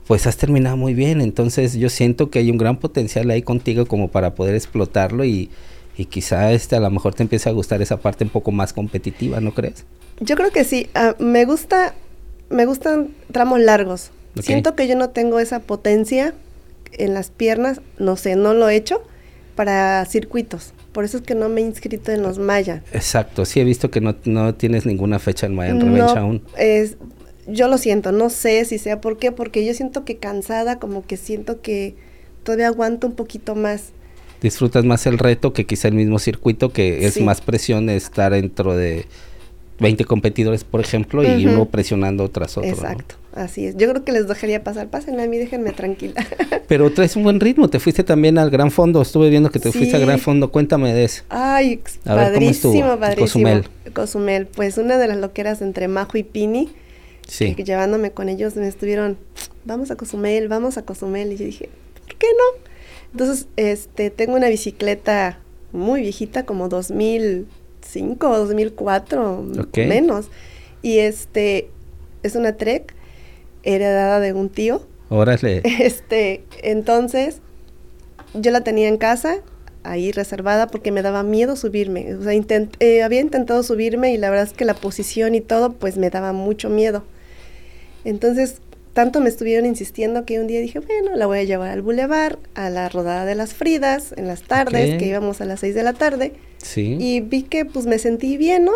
Speaker 1: pues has terminado muy bien. Entonces yo siento que hay un gran potencial ahí contigo como para poder explotarlo y, y quizá este a lo mejor te empiece a gustar esa parte un poco más competitiva, ¿no crees?
Speaker 3: Yo creo que sí. ah, me gusta, me gustan tramos largos.
Speaker 1: Ok.
Speaker 3: Siento que yo no tengo esa potencia en las piernas, no sé, no lo he hecho para circuitos. Por eso es que no me he inscrito en los Maya.
Speaker 1: Exacto, sí he visto que no, no tienes ninguna fecha en Mayan Revenge
Speaker 3: No,
Speaker 1: aún.
Speaker 3: es- yo lo siento, no sé si sea por qué, porque yo siento que cansada, como que siento que todavía aguanto un poquito más.
Speaker 1: Disfrutas más el reto que quizá el mismo circuito, que es
Speaker 3: Sí.
Speaker 1: más presión estar dentro de 20 competidores, por ejemplo, y
Speaker 3: Ujú.
Speaker 1: uno presionando tras otro. ¿no?
Speaker 3: Exacto, así es. Yo creo que les dejaría pasar. Pásenla a mí, déjenme tranquila. [laughs]
Speaker 1: Pero traes un buen ritmo, te fuiste también al Gran Fondo, estuve viendo que te fuiste al
Speaker 3: Sí.
Speaker 1: Gran Fondo, cuéntame de eso.
Speaker 3: Ay, ex-
Speaker 1: A ver, ¿cómo estuvo?
Speaker 3: padrísimo, padrísimo.
Speaker 1: Cozumel.
Speaker 3: Cozumel, pues una de las loqueras entre Majo y Pini,
Speaker 1: Sí.
Speaker 3: que llevándome con ellos me estuvieron, vamos a Cozumel, vamos a Cozumel. Y yo dije, ¿por qué no? Entonces, este, tengo una bicicleta muy viejita, como 2005 o 2004, m-
Speaker 1: Ok.
Speaker 3: menos. Y este, es una Trek heredada de un tío. [laughs]
Speaker 1: Órale.
Speaker 3: Este, entonces, yo la tenía en casa, ahí reservada, porque me daba miedo subirme. O sea, intent- eh, había intentado subirme y la verdad es que la posición y todo, pues me daba mucho miedo. Entonces, tanto me estuvieron insistiendo que un día dije, bueno, la voy a llevar al bulevar, a la rodada de las Fridas, en las tardes,
Speaker 1: Ok.
Speaker 3: que íbamos a las 6 de la tarde.
Speaker 1: Sí.
Speaker 3: Y vi que pues me sentí bien, ¿no?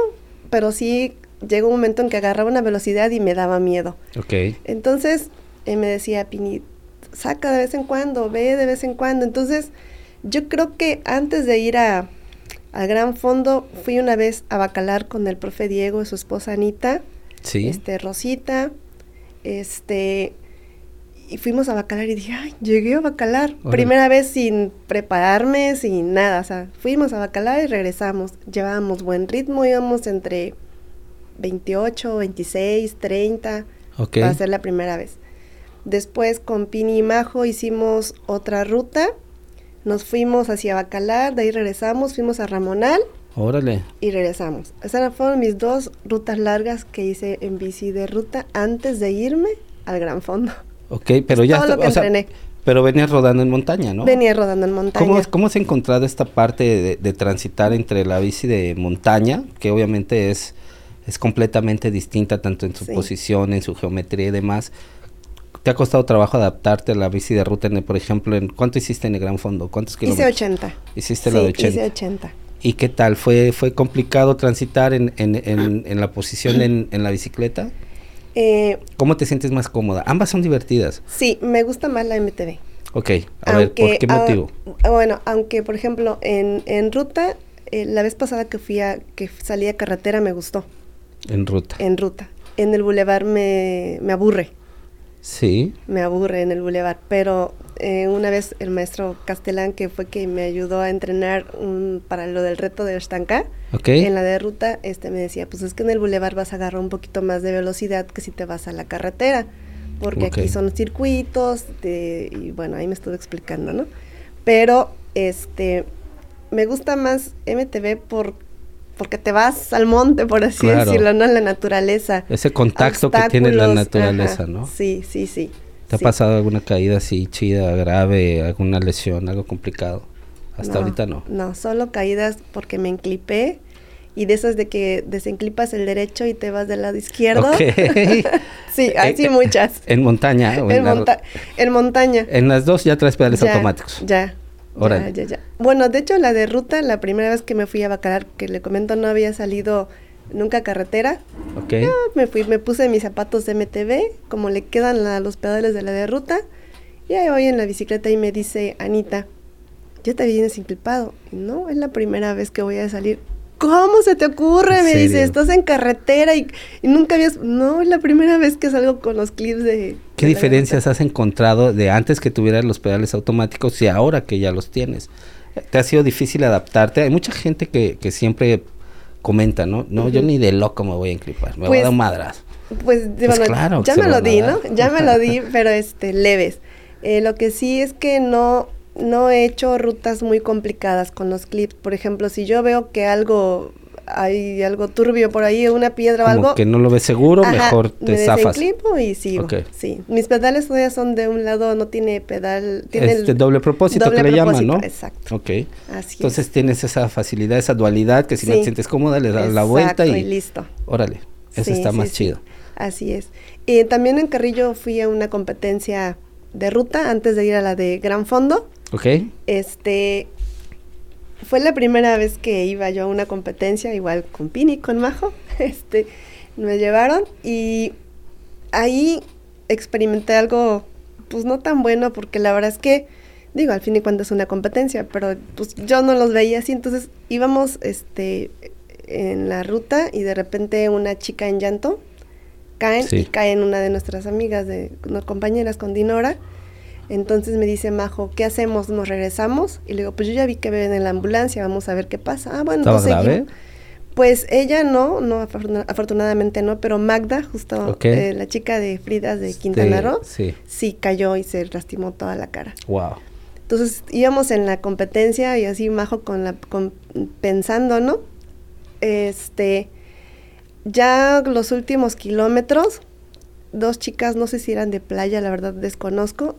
Speaker 3: Pero sí llegó un momento en que agarraba una velocidad y me daba miedo.
Speaker 1: Ok.
Speaker 3: Entonces eh, me decía Pini, saca de vez en cuando, ve de vez en cuando. Entonces yo creo que antes de ir a, al Gran Fondo fui una vez a Bacalar con el profe Diego y su esposa Anita,
Speaker 1: Sí.
Speaker 3: este, Rosita, este, y fuimos a Bacalar y dije, ay, llegué a Bacalar.
Speaker 1: Órale.
Speaker 3: Primera vez sin prepararme, sin nada, o sea, fuimos a Bacalar y regresamos. Llevábamos buen ritmo, íbamos entre 28, 26, 30
Speaker 1: ok.
Speaker 3: va a ser la primera vez. Después con Pini y Majo hicimos otra ruta, nos fuimos hacia Bacalar, de ahí regresamos, fuimos a Ramonal
Speaker 1: Órale.
Speaker 3: y regresamos. Esas fueron mis dos rutas largas que hice en bici de ruta antes de irme al Gran Fondo.
Speaker 1: Ok, [laughs] pero ya.
Speaker 3: Pues Todo
Speaker 1: está-
Speaker 3: lo que
Speaker 1: o sea,
Speaker 3: entrené.
Speaker 1: pero venías rodando en montaña, ¿no?
Speaker 3: Venía rodando en montaña.
Speaker 1: ¿Cómo, ¿Cómo has encontrado esta parte de, de transitar entre la bici de montaña, que obviamente es, es completamente distinta tanto en su
Speaker 3: Sí.
Speaker 1: posición, en su geometría y demás? ¿Te ha costado trabajo adaptarte a la bici de ruta, en el- por ejemplo, en cuánto hiciste en el Gran Fondo? ¿Cuántos
Speaker 3: Hice
Speaker 1: kilómetros?
Speaker 3: 80.
Speaker 1: Hiciste la de
Speaker 3: Sí,
Speaker 1: 80.
Speaker 3: Hice 80.
Speaker 1: ¿Y qué tal? ¿Fue, fue complicado transitar en, en, en, en la posición en, en la bicicleta?
Speaker 3: Eh,
Speaker 1: ¿Cómo te sientes más cómoda? Ambas son divertidas.
Speaker 3: sí, me gusta más la MTV.
Speaker 1: Ok, a ver, ¿por qué
Speaker 3: ah,
Speaker 1: motivo?
Speaker 3: bueno, aunque, por ejemplo, en, en ruta, eh, la vez pasada que fui a, que salí a carretera me gustó,
Speaker 1: En ruta.
Speaker 3: en ruta. En el bulevar me, me aburre,
Speaker 1: Sí,
Speaker 3: me aburre en el bulevar. Pero eh, una vez el maestro Castelán, que fue quien me ayudó a entrenar un- para lo del reto de Estanca,
Speaker 1: ok.
Speaker 3: en la de ruta, este me decía, pues es que en el bulevar vas a agarrar un poquito más de velocidad que si te vas a la carretera, porque
Speaker 1: Ok.
Speaker 3: aquí son circuitos, de- y bueno, ahí me estuve explicando, ¿no? Pero, este, me gusta más MTV por, porque te vas al monte, por así
Speaker 1: Claro.
Speaker 3: decirlo, ¿no? En la naturaleza.
Speaker 1: Ese contacto que tiene la
Speaker 3: Obstáculos,
Speaker 1: naturaleza,
Speaker 3: ajá,
Speaker 1: ¿no?
Speaker 3: Sí, sí, sí.
Speaker 1: ¿Te ha
Speaker 3: sí.
Speaker 1: pasado alguna caída así chida, grave, alguna lesión, algo complicado? Hasta ahorita no.
Speaker 3: No, solo caídas porque me enclipé. Y de esas de que desenclipas el derecho y te vas del lado izquierdo.
Speaker 1: Ok.
Speaker 3: [laughs] sí, así
Speaker 1: Eh,
Speaker 3: muchas.
Speaker 1: En montaña. o
Speaker 3: En,
Speaker 1: la-
Speaker 3: monta- en montaña.
Speaker 1: en las dos ya traes pedales
Speaker 3: Ya,
Speaker 1: Eh, automáticos.
Speaker 3: Ya. Ya,
Speaker 1: Órale.
Speaker 3: ya, ya. Bueno, de hecho, la de ruta, la primera vez que me fui a Bacalar, que le comento, no había salido nunca a carretera.
Speaker 1: Ok.
Speaker 3: Ah, Me fui, me puse mis zapatos de MTV, como le quedan a los pedales de la de ruta. Y ahí voy en la bicicleta y me dice, Anita, ¿ya te vienes inclipado? Y, No, es la primera vez que voy a salir. ¿Cómo se te ocurre?
Speaker 1: ¿En
Speaker 3: Me dice,
Speaker 1: serio?
Speaker 3: estás en carretera y, y nunca habías... No, es la primera vez que salgo con los clips de...
Speaker 1: ¿Qué
Speaker 3: de la
Speaker 1: diferencias has encontrado de antes que tuvieras los pedales automáticos y ahora que ya los tienes? ¿Te ha sido difícil adaptarte? Hay mucha gente que, que siempre comenta, ¿no? No, yo
Speaker 3: Ujú.
Speaker 1: ni de loco me voy a encripar, me voy a
Speaker 3: Pues,
Speaker 1: dar madras.
Speaker 3: Pues, bueno,
Speaker 1: claro que
Speaker 3: ya
Speaker 1: se
Speaker 3: me
Speaker 1: lo
Speaker 3: lo
Speaker 1: van a
Speaker 3: di,
Speaker 1: dar. [laughs]
Speaker 3: ¿no? Ya me lo di, pero este, leves. Eh, lo que sí es que no, no he hecho rutas muy complicadas con los clips. Por ejemplo, si yo veo que algo hay algo turbio por ahí, una piedra
Speaker 1: Como
Speaker 3: o algo.
Speaker 1: que no lo ves seguro,
Speaker 3: Ajá,
Speaker 1: mejor te
Speaker 3: me
Speaker 1: zafas.
Speaker 3: desenclipo y sigo.
Speaker 1: Ok.
Speaker 3: Sí. Mis pedales todavía son de un lado, no tiene pedal. Tiene
Speaker 1: Este
Speaker 3: el
Speaker 1: doble propósito
Speaker 3: doble
Speaker 1: que le llaman,
Speaker 3: propósito,
Speaker 1: ¿no?
Speaker 3: Exacto.
Speaker 1: Ok.
Speaker 3: Así
Speaker 1: Entonces tienes esa facilidad, esa dualidad que si no
Speaker 3: Sí.
Speaker 1: te sientes cómoda le
Speaker 3: es.
Speaker 1: das la vuelta
Speaker 3: Exacto,
Speaker 1: y,
Speaker 3: listo.
Speaker 1: órale, eso
Speaker 3: Sí,
Speaker 1: está
Speaker 3: sí,
Speaker 1: más
Speaker 3: sí.
Speaker 1: chido.
Speaker 3: Así es. Eh, también en Carrillo fui a una competencia de ruta antes de ir a la de Gran Fondo.
Speaker 1: ¿Ok?
Speaker 3: Este fue la primera vez que iba yo a una competencia, igual con Pini, con Majo. [laughs] Este, me llevaron y ahí experimenté algo, pues no tan bueno, porque la verdad es que, digo, al fin y cuando es una competencia, pero pues yo no los veía así. Entonces íbamos, este, en la ruta y de repente una chica en llanto caen
Speaker 1: Sí.
Speaker 3: y caen una de nuestras amigas, de no, compañeras con Dinora. Entonces me dice Majo, ¿qué hacemos? ¿Nos regresamos? Y le digo, pues yo ya vi que ven en la ambulancia, vamos a ver qué pasa. Ah, bueno,
Speaker 1: ¿Estaba
Speaker 3: pues seguimos.
Speaker 1: grave?
Speaker 3: Pues ella no, no, afortuna- afortunadamente no, pero Magda, justo
Speaker 1: Ok.
Speaker 3: eh, la chica de Fridas de Quintana
Speaker 1: Este,
Speaker 3: Roo,
Speaker 1: Sí.
Speaker 3: sí cayó y se lastimó toda la cara.
Speaker 1: Wow.
Speaker 3: Entonces íbamos en la competencia y así majo con la con- pensando, ¿no? Este ya los últimos kilómetros dos chicas, no sé si eran de playa, la verdad desconozco,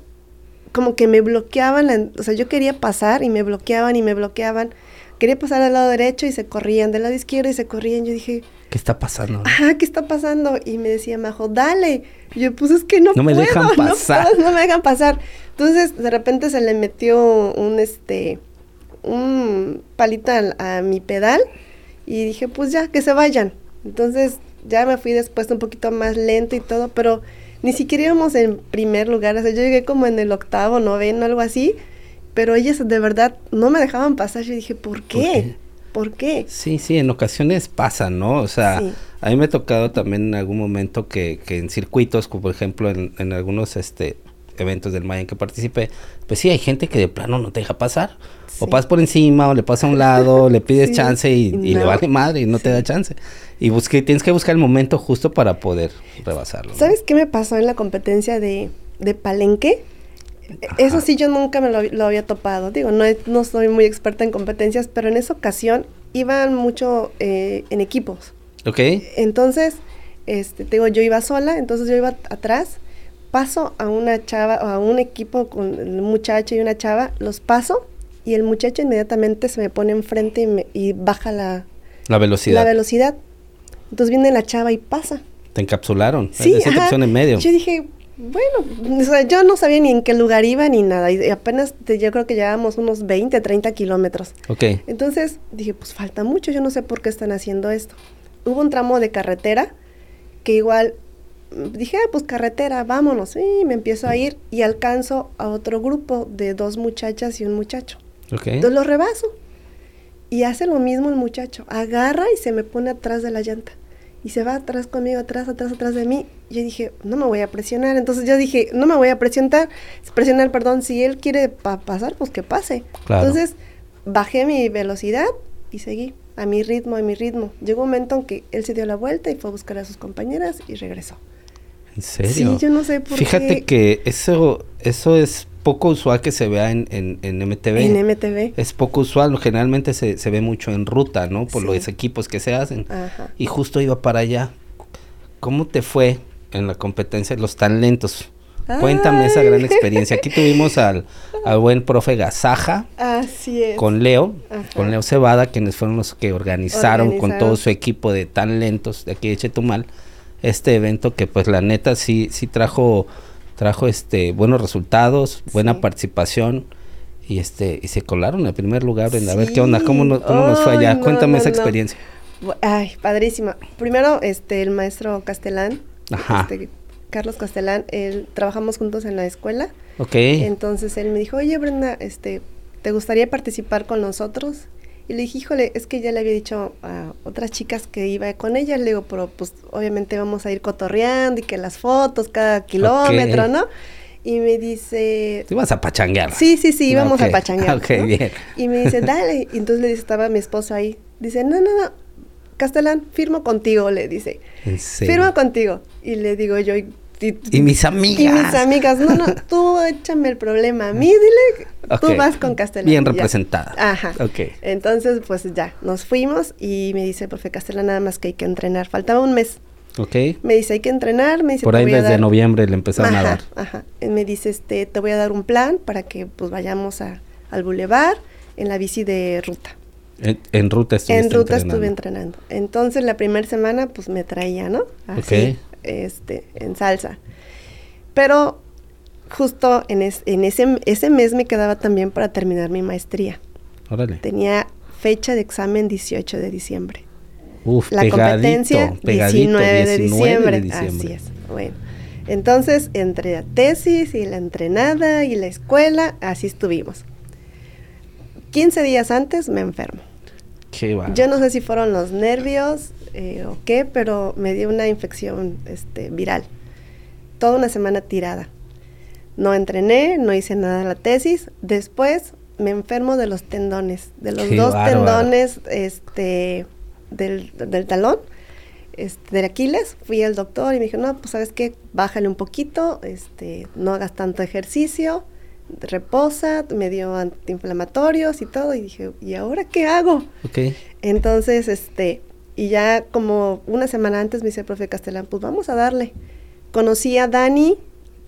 Speaker 3: como que me bloqueaban, la en- o sea, yo quería pasar y me bloqueaban y me bloqueaban. Quería pasar al lado derecho y se corrían, del lado izquierdo y se corrían. Yo dije,
Speaker 1: ¿Qué está pasando?
Speaker 3: ajá, ¿qué está pasando? Y me decía Majo, dale. Y yo, pues es que no,
Speaker 1: No me
Speaker 3: puedo,
Speaker 1: dejan
Speaker 3: [laughs] no
Speaker 1: pasar.
Speaker 3: puedo, No, me dejan pasar. Entonces, de repente se le metió un, este, un palito al- a mi pedal y dije, pues ya, que se vayan. Entonces, ya me fui después un poquito más lento y todo, pero ni siquiera íbamos en primer lugar. O sea, yo llegué como en el octavo, noveno, algo así. Pero ellas de verdad no me dejaban pasar. Yo dije, ¿por qué? ¿Por qué?
Speaker 1: Sí, sí, en ocasiones pasa, ¿no? O sea,
Speaker 3: Sí.
Speaker 1: a mí me ha tocado también en algún momento que, que en circuitos, como por ejemplo en, en algunos este eventos del Maya en que participé, pues sí, hay gente que de plano no te deja pasar.
Speaker 3: Sí.
Speaker 1: O pasas por encima, o le pasa a un lado, le
Speaker 3: [laughs]
Speaker 1: pides
Speaker 3: Sí,
Speaker 1: chance y, y le
Speaker 3: no.
Speaker 1: vale madre y no
Speaker 3: Sí.
Speaker 1: te da chance. Y busque, tienes que buscar el momento justo para poder rebasarlo. ¿no?
Speaker 3: ¿Sabes qué me pasó en la competencia de, de palenque? E- Eso sí, yo nunca me lo, hab- lo había topado. Digo, no, es- no soy muy experta en competencias, pero en esa ocasión iban mucho eh, en equipos.
Speaker 1: ¿Ok?
Speaker 3: Entonces, este, te digo, yo iba sola, entonces yo iba at- atrás, paso a una chava, o a un equipo con un muchacho y una chava, los paso y el muchacho inmediatamente se me pone enfrente y, me- y baja la,
Speaker 1: La velocidad.
Speaker 3: la velocidad. Entonces viene la chava y pasa.
Speaker 1: te encapsularon.
Speaker 3: Sí,
Speaker 1: Esa
Speaker 3: ajá.
Speaker 1: opción en medio.
Speaker 3: Yo dije, bueno, o sea, yo no sabía ni en qué lugar iba ni nada. Y apenas te- yo creo que llevábamos unos 20, 30 kilómetros.
Speaker 1: Ok.
Speaker 3: Entonces dije, pues falta mucho, yo no sé por qué están haciendo esto. Hubo un tramo de carretera que igual mm, dije, ah, pues carretera, vámonos. Y me empiezo a ir y alcanzo a otro grupo de dos muchachas y un muchacho.
Speaker 1: Ok.
Speaker 3: Entonces lo rebaso. Y hace lo mismo el muchacho. Agarra y se me pone atrás de la llanta. Y se va atrás conmigo, atrás, atrás, atrás de mí. Yo dije, no me voy a presionar. Entonces yo dije, no me voy a presionar. Presionar, perdón. Si él quiere pa- pasar, pues que pase.
Speaker 1: Claro.
Speaker 3: Entonces bajé mi velocidad y seguí a mi ritmo, a mi ritmo. Llegó un momento en que él se dio la vuelta y fue a buscar a sus compañeras y regresó.
Speaker 1: ¿En serio?
Speaker 3: Sí, yo no sé por
Speaker 1: Fíjate
Speaker 3: qué.
Speaker 1: que eso, eso es poco usual que se vea en, en, en MTV.
Speaker 3: En MTV.
Speaker 1: es poco usual, generalmente se, se ve mucho en ruta, ¿no? Por
Speaker 3: Sí.
Speaker 1: los equipos que se hacen.
Speaker 3: Ajá.
Speaker 1: Y justo iba para allá. ¿Cómo te fue en la competencia de los talentos? Cuéntame esa
Speaker 3: Ay.
Speaker 1: gran experiencia. Aquí tuvimos al, al buen profe Gazaja
Speaker 3: Así es.
Speaker 1: con Leo,
Speaker 3: Ajá.
Speaker 1: con Leo Cebada, quienes fueron los que organizaron, con
Speaker 3: Organizaron.
Speaker 1: todo su equipo de talentos de aquí de Chetumal este evento que pues la neta sí sí trajo trajo este buenos resultados, buena
Speaker 3: Sí.
Speaker 1: participación y este y se colaron en primer lugar, Brenda. A ver
Speaker 3: Sí.
Speaker 1: qué onda, cómo, no- cómo nos fue
Speaker 3: Ay,
Speaker 1: allá.
Speaker 3: no,
Speaker 1: Cuéntame
Speaker 3: no,
Speaker 1: esa
Speaker 3: no.
Speaker 1: experiencia.
Speaker 3: Bu- Ay, padrísima. Primero, este, el maestro Castellán,
Speaker 1: Ajá.
Speaker 3: este, Carlos Castellán, él, trabajamos juntos en la escuela.
Speaker 1: Ok.
Speaker 3: Entonces él me dijo, oye Brenda, este, ¿te gustaría participar con nosotros? Y le dije, híjole, es que ya le había dicho a otras chicas que iba con ellas, le digo, pero pues obviamente vamos a ir cotorreando y que las fotos cada kilómetro, ¿no? Y me dice,
Speaker 1: Te ibas a pachanguear.
Speaker 3: Sí, sí, sí, íbamos
Speaker 1: Ah, Ok,
Speaker 3: a pachanguear.
Speaker 1: [laughs] ok,
Speaker 3: ¿no?
Speaker 1: bien.
Speaker 3: Y me
Speaker 1: [laughs]
Speaker 3: dice, dale. Y entonces le dice, estaba mi esposo ahí. Dice, no, no, no, Castellán, firmo contigo, le dice.
Speaker 1: En serio.
Speaker 3: Firmo contigo. Y le digo yo, ¿y
Speaker 1: Y, y, mis amigas.
Speaker 3: Y mis amigas. No,
Speaker 1: [laughs]
Speaker 3: no, tú échame el problema a mí, dile. Okay. Tú vas con Castellana.
Speaker 1: Bien representada.
Speaker 3: Ya. Ajá.
Speaker 1: Ok.
Speaker 3: Entonces, pues ya, nos fuimos y me dice, profe Castellana, nada más que hay que entrenar. Faltaba un mes.
Speaker 1: Ok.
Speaker 3: Me dice, hay que entrenar. Me dice,
Speaker 1: Por
Speaker 3: "Te
Speaker 1: ahí
Speaker 3: voy a
Speaker 1: desde
Speaker 3: dar-
Speaker 1: noviembre le empezaron a
Speaker 3: Ajá,
Speaker 1: dar.
Speaker 3: ajá. Él Me dice, este, te voy a dar un plan para que pues vayamos a, al bulevar en la bici de ruta.
Speaker 1: En, en ruta estuviste
Speaker 3: en ruta
Speaker 1: entrenando.
Speaker 3: estuve entrenando. Entonces la primera semana pues me traía, ¿no? Así,
Speaker 1: Ok.
Speaker 3: este, en salsa. Pero justo en, es- en ese, ese mes me quedaba también para terminar mi maestría.
Speaker 1: Órale.
Speaker 3: Tenía fecha de examen 18 de diciembre.
Speaker 1: Uf,
Speaker 3: La competencia
Speaker 1: pegadito, pegadito.
Speaker 3: 19 de
Speaker 1: 19
Speaker 3: diciembre.
Speaker 1: de diciembre.
Speaker 3: Así es. Bueno. Entonces, entre la tesis y la entrenada y la escuela, así estuvimos. 15 días antes me enfermo.
Speaker 1: Qué va.
Speaker 3: Yo no sé si fueron los nervios eh, o qué, pero me dio una infección este, viral. Toda una semana tirada. No entrené, no hice nada en la tesis. Después me enfermo de los tendones, de los
Speaker 1: Qué
Speaker 3: dos
Speaker 1: bárbaro.
Speaker 3: tendones este, del, del talón, este, del Aquiles. Fui al doctor y me dijo, no, pues sabes qué, bájale un poquito, este, no hagas tanto ejercicio, reposa, me dio antiinflamatorios y todo. Y dije, ¿y ahora qué hago?
Speaker 1: Ok.
Speaker 3: Entonces, este, y ya como una semana antes me dice el profe Castellán, pues vamos a darle. Conocí a Dani,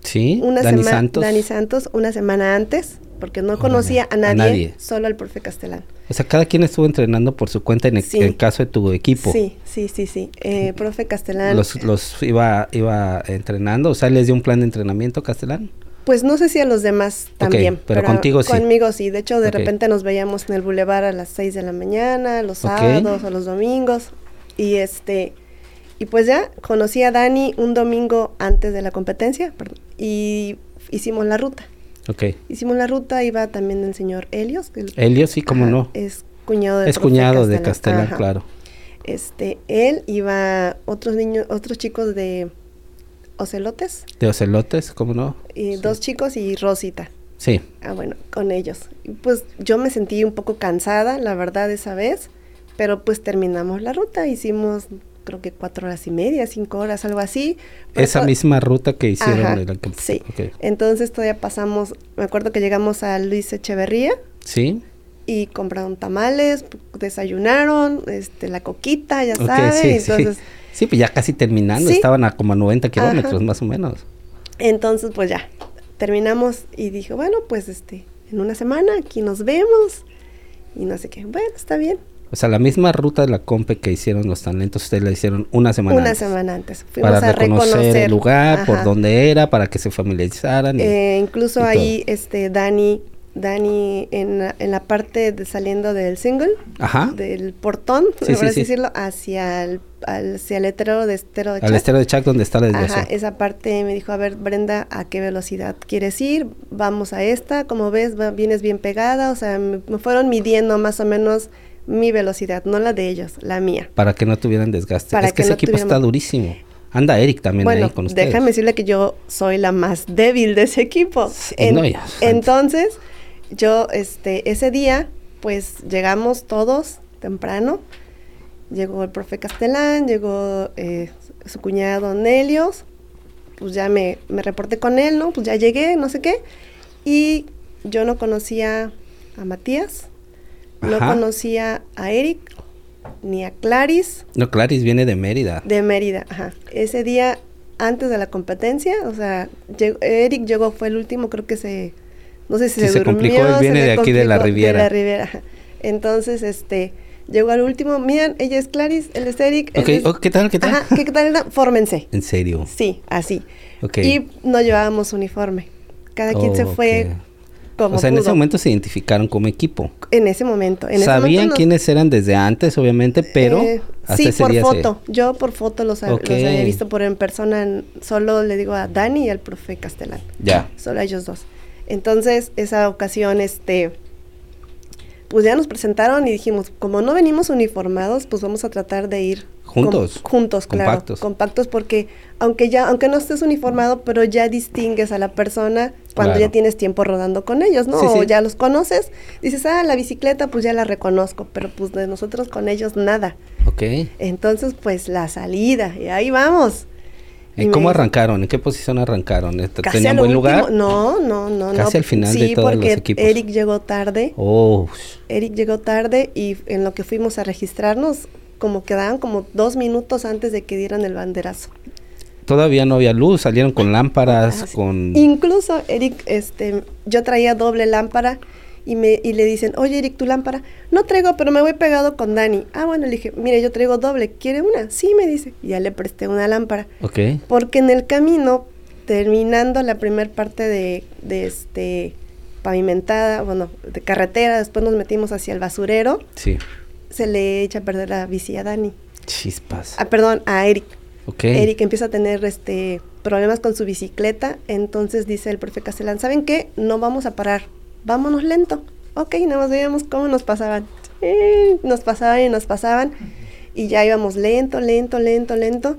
Speaker 1: Sí,
Speaker 3: una
Speaker 1: Dani
Speaker 3: sema-
Speaker 1: Santos.
Speaker 3: Dani Santos una semana antes, porque no
Speaker 1: Órale,
Speaker 3: conocía a
Speaker 1: a
Speaker 3: nadie,
Speaker 1: nadie.
Speaker 3: solo al profe Castellán.
Speaker 1: O sea, cada quien estuvo entrenando por su cuenta en el,
Speaker 3: Sí.
Speaker 1: en caso de tu equipo.
Speaker 3: Sí, sí, sí, sí. Eh, profe Castellán,
Speaker 1: Los, los iba, iba entrenando, o sea, les dio un plan de entrenamiento castellán.
Speaker 3: pues no sé si a los demás también.
Speaker 1: pero contigo sí.
Speaker 3: Conmigo sí. De hecho, de
Speaker 1: Ok.
Speaker 3: repente nos veíamos en el bulevar a las 6 de la mañana, los
Speaker 1: Ok.
Speaker 3: sábados o los domingos. Y este, Y pues ya conocí a Dani un domingo antes de la competencia perdón, y hicimos la ruta.
Speaker 1: Ok.
Speaker 3: Hicimos la ruta, iba también el señor Helios. que el-
Speaker 1: Elio, sí, cómo
Speaker 3: ajá,
Speaker 1: Eh, no. Es,
Speaker 3: Es cuñado de profe
Speaker 1: cuñado de Castellán,
Speaker 3: ajá.
Speaker 1: claro.
Speaker 3: Este, él iba otros niños, otros chicos de Ocelotes,
Speaker 1: De Ocelotes, cómo no.
Speaker 3: y
Speaker 1: Sí.
Speaker 3: dos chicos y Rosita.
Speaker 1: Sí,
Speaker 3: Ah, bueno, con ellos. Y Pues yo me sentí un poco cansada, la verdad, esa vez, pero pues terminamos la ruta, hicimos creo que cuatro horas y media, cinco horas, algo así. Pero
Speaker 1: esa
Speaker 3: to-
Speaker 1: misma ruta que hicieron.
Speaker 3: Pues Ajá,
Speaker 1: de la que-
Speaker 3: sí.
Speaker 1: ok.
Speaker 3: Entonces todavía pasamos, me acuerdo que llegamos a Luis Echeverría
Speaker 1: Sí,
Speaker 3: y compraron tamales, p- desayunaron, este, la coquita, ya
Speaker 1: ok,
Speaker 3: saben.
Speaker 1: sí,
Speaker 3: entonces,
Speaker 1: sí. Sí, pues ya casi terminando,
Speaker 3: Sí.
Speaker 1: estaban a como a 90 kilómetros
Speaker 3: Ajá.
Speaker 1: más o menos.
Speaker 3: entonces pues ya, terminamos y dije, bueno, pues este, en una semana aquí nos vemos y no sé qué. Bueno, está bien.
Speaker 1: O sea, la misma ruta de la compe que hicieron los talentos, ustedes la hicieron una semana
Speaker 3: una
Speaker 1: antes.
Speaker 3: semana antes. Fuimos
Speaker 1: Para
Speaker 3: a
Speaker 1: reconocer, el lugar, por
Speaker 3: Ajá.
Speaker 1: dónde era, para que se familiarizaran. y-
Speaker 3: Eh, incluso
Speaker 1: y
Speaker 3: ahí, este, Dani, Dani, en, la- en la parte de saliendo del single,
Speaker 1: Ajá.
Speaker 3: del portón,
Speaker 1: Ah. Sí,
Speaker 3: por
Speaker 1: sí,
Speaker 3: así
Speaker 1: sí.
Speaker 3: decirlo, hacia el, al- hacia el letrero de estero de
Speaker 1: al
Speaker 3: Chac.
Speaker 1: estero de Chac donde está la
Speaker 3: Ajá,
Speaker 1: desviación.
Speaker 3: esa parte me dijo, a ver, Brenda, ¿a qué velocidad quieres ir? Vamos a esta, como ves, va- vienes bien pegada, o sea, me, me fueron midiendo más o menos mi velocidad, no la de ellos, la mía.
Speaker 1: Para que no tuvieran desgaste.
Speaker 3: Para
Speaker 1: es que,
Speaker 3: que
Speaker 1: ese
Speaker 3: no
Speaker 1: equipo
Speaker 3: tuvieran-
Speaker 1: está durísimo. Anda Eric también ahí
Speaker 3: Bueno,
Speaker 1: con ustedes.
Speaker 3: déjame decirle que yo soy la más débil de ese equipo.
Speaker 1: Sí, no, ya,
Speaker 3: entonces, yo, este, ese día, pues llegamos todos temprano. Llegó el profe Castellán, llegó eh, su cuñado Nelios. Pues ya me, me reporté con él, ¿no? Pues ya llegué, no sé qué. Y yo no conocía a Matías, no
Speaker 1: Ajá.
Speaker 3: conocía a Eric, ni a Claris.
Speaker 1: No, Claris viene de Mérida.
Speaker 3: De Mérida, ajá. Ese día antes de la competencia, o sea, llegó- Eric llegó, fue el último, creo que se, no sé si
Speaker 1: Sí,
Speaker 3: se,
Speaker 1: se
Speaker 3: durmió.
Speaker 1: complicó, él
Speaker 3: se
Speaker 1: viene
Speaker 3: le
Speaker 1: de aquí, de la
Speaker 3: complicó,
Speaker 1: Riviera.
Speaker 3: la Riviera, ajá. Entonces, este, llegó al último, miren, ella es Clarice, él es Eric. él
Speaker 1: Ok,
Speaker 3: es-
Speaker 1: oh, ¿qué tal? ¿Qué tal?
Speaker 3: Ajá, ¿qué tal? No, Fórmense.
Speaker 1: [laughs] En serio.
Speaker 3: Sí, así.
Speaker 1: Ok.
Speaker 3: Y no llevábamos uniforme. Cada quien se
Speaker 1: Oh,
Speaker 3: fue
Speaker 1: ok.
Speaker 3: como
Speaker 1: o sea, en ese
Speaker 3: pudo.
Speaker 1: momento se identificaron como equipo.
Speaker 3: En ese momento. En ese
Speaker 1: Sabían
Speaker 3: momento nos-
Speaker 1: quiénes eran desde antes, obviamente, pero
Speaker 3: Eh,
Speaker 1: hasta
Speaker 3: sí,
Speaker 1: ese
Speaker 3: por
Speaker 1: día se-
Speaker 3: foto. Yo por foto los, ha- los
Speaker 1: Ok.
Speaker 3: había visto, por en persona n- solo le digo a Dani y al profe Castellán.
Speaker 1: Ya.
Speaker 3: Solo a ellos dos. Entonces, esa ocasión, este, pues ya nos presentaron y dijimos, como no venimos uniformados, pues vamos a tratar de ir com-
Speaker 1: Juntos.
Speaker 3: juntos, claro.
Speaker 1: Compactos.
Speaker 3: Compactos porque aunque ya, aunque no estés uniformado, pero ya distingues a la persona cuando
Speaker 1: Claro.
Speaker 3: ya tienes tiempo rodando con ellos, ¿no?
Speaker 1: Sí,
Speaker 3: O
Speaker 1: sí.
Speaker 3: ya los conoces, dices, ah, la bicicleta, pues ya la reconozco, pero pues de nosotros con ellos nada.
Speaker 1: Ok.
Speaker 3: Entonces, pues la salida, y ahí vamos.
Speaker 1: ¿Y
Speaker 3: Y
Speaker 1: ¿Cómo
Speaker 3: me-
Speaker 1: arrancaron? ¿En qué posición arrancaron? ¿Est-
Speaker 3: Casi
Speaker 1: ¿Tenían
Speaker 3: a lo
Speaker 1: buen lugar?
Speaker 3: último- No, no, no. no.
Speaker 1: Casi al final de
Speaker 3: Sí,
Speaker 1: todos los
Speaker 3: porque
Speaker 1: equipos.
Speaker 3: Eric llegó tarde.
Speaker 1: Oh,
Speaker 3: Eric llegó tarde y en lo que fuimos a registrarnos, como quedaban como dos minutos antes de que dieran el banderazo.
Speaker 1: todavía no había luz, salieron con lámparas,
Speaker 3: Así.
Speaker 1: con...
Speaker 3: Incluso Eric, este, yo traía doble lámpara y, me, y le dicen, oye Eric, tu lámpara, no traigo, pero me voy pegado con Dani. Ah, bueno, le dije, mire, yo traigo doble, ¿quiere una? Sí, me dice. Y ya le presté una lámpara.
Speaker 1: Ok.
Speaker 3: Porque en el camino, terminando la primer parte de, de este pavimentada, bueno, de carretera, después nos metimos hacia el basurero,
Speaker 1: Sí.
Speaker 3: se le echa a perder la bici a Dani.
Speaker 1: Chispas.
Speaker 3: Ah, perdón, a Eric.
Speaker 1: Ok.
Speaker 3: Eric empieza a tener este problemas con su bicicleta, entonces dice el profe Castellán, ¿saben qué? No vamos a parar, vámonos lento. Ok, nada más veíamos cómo nos pasaban. Eh, nos pasaban y nos pasaban y ya íbamos lento, lento, lento, lento.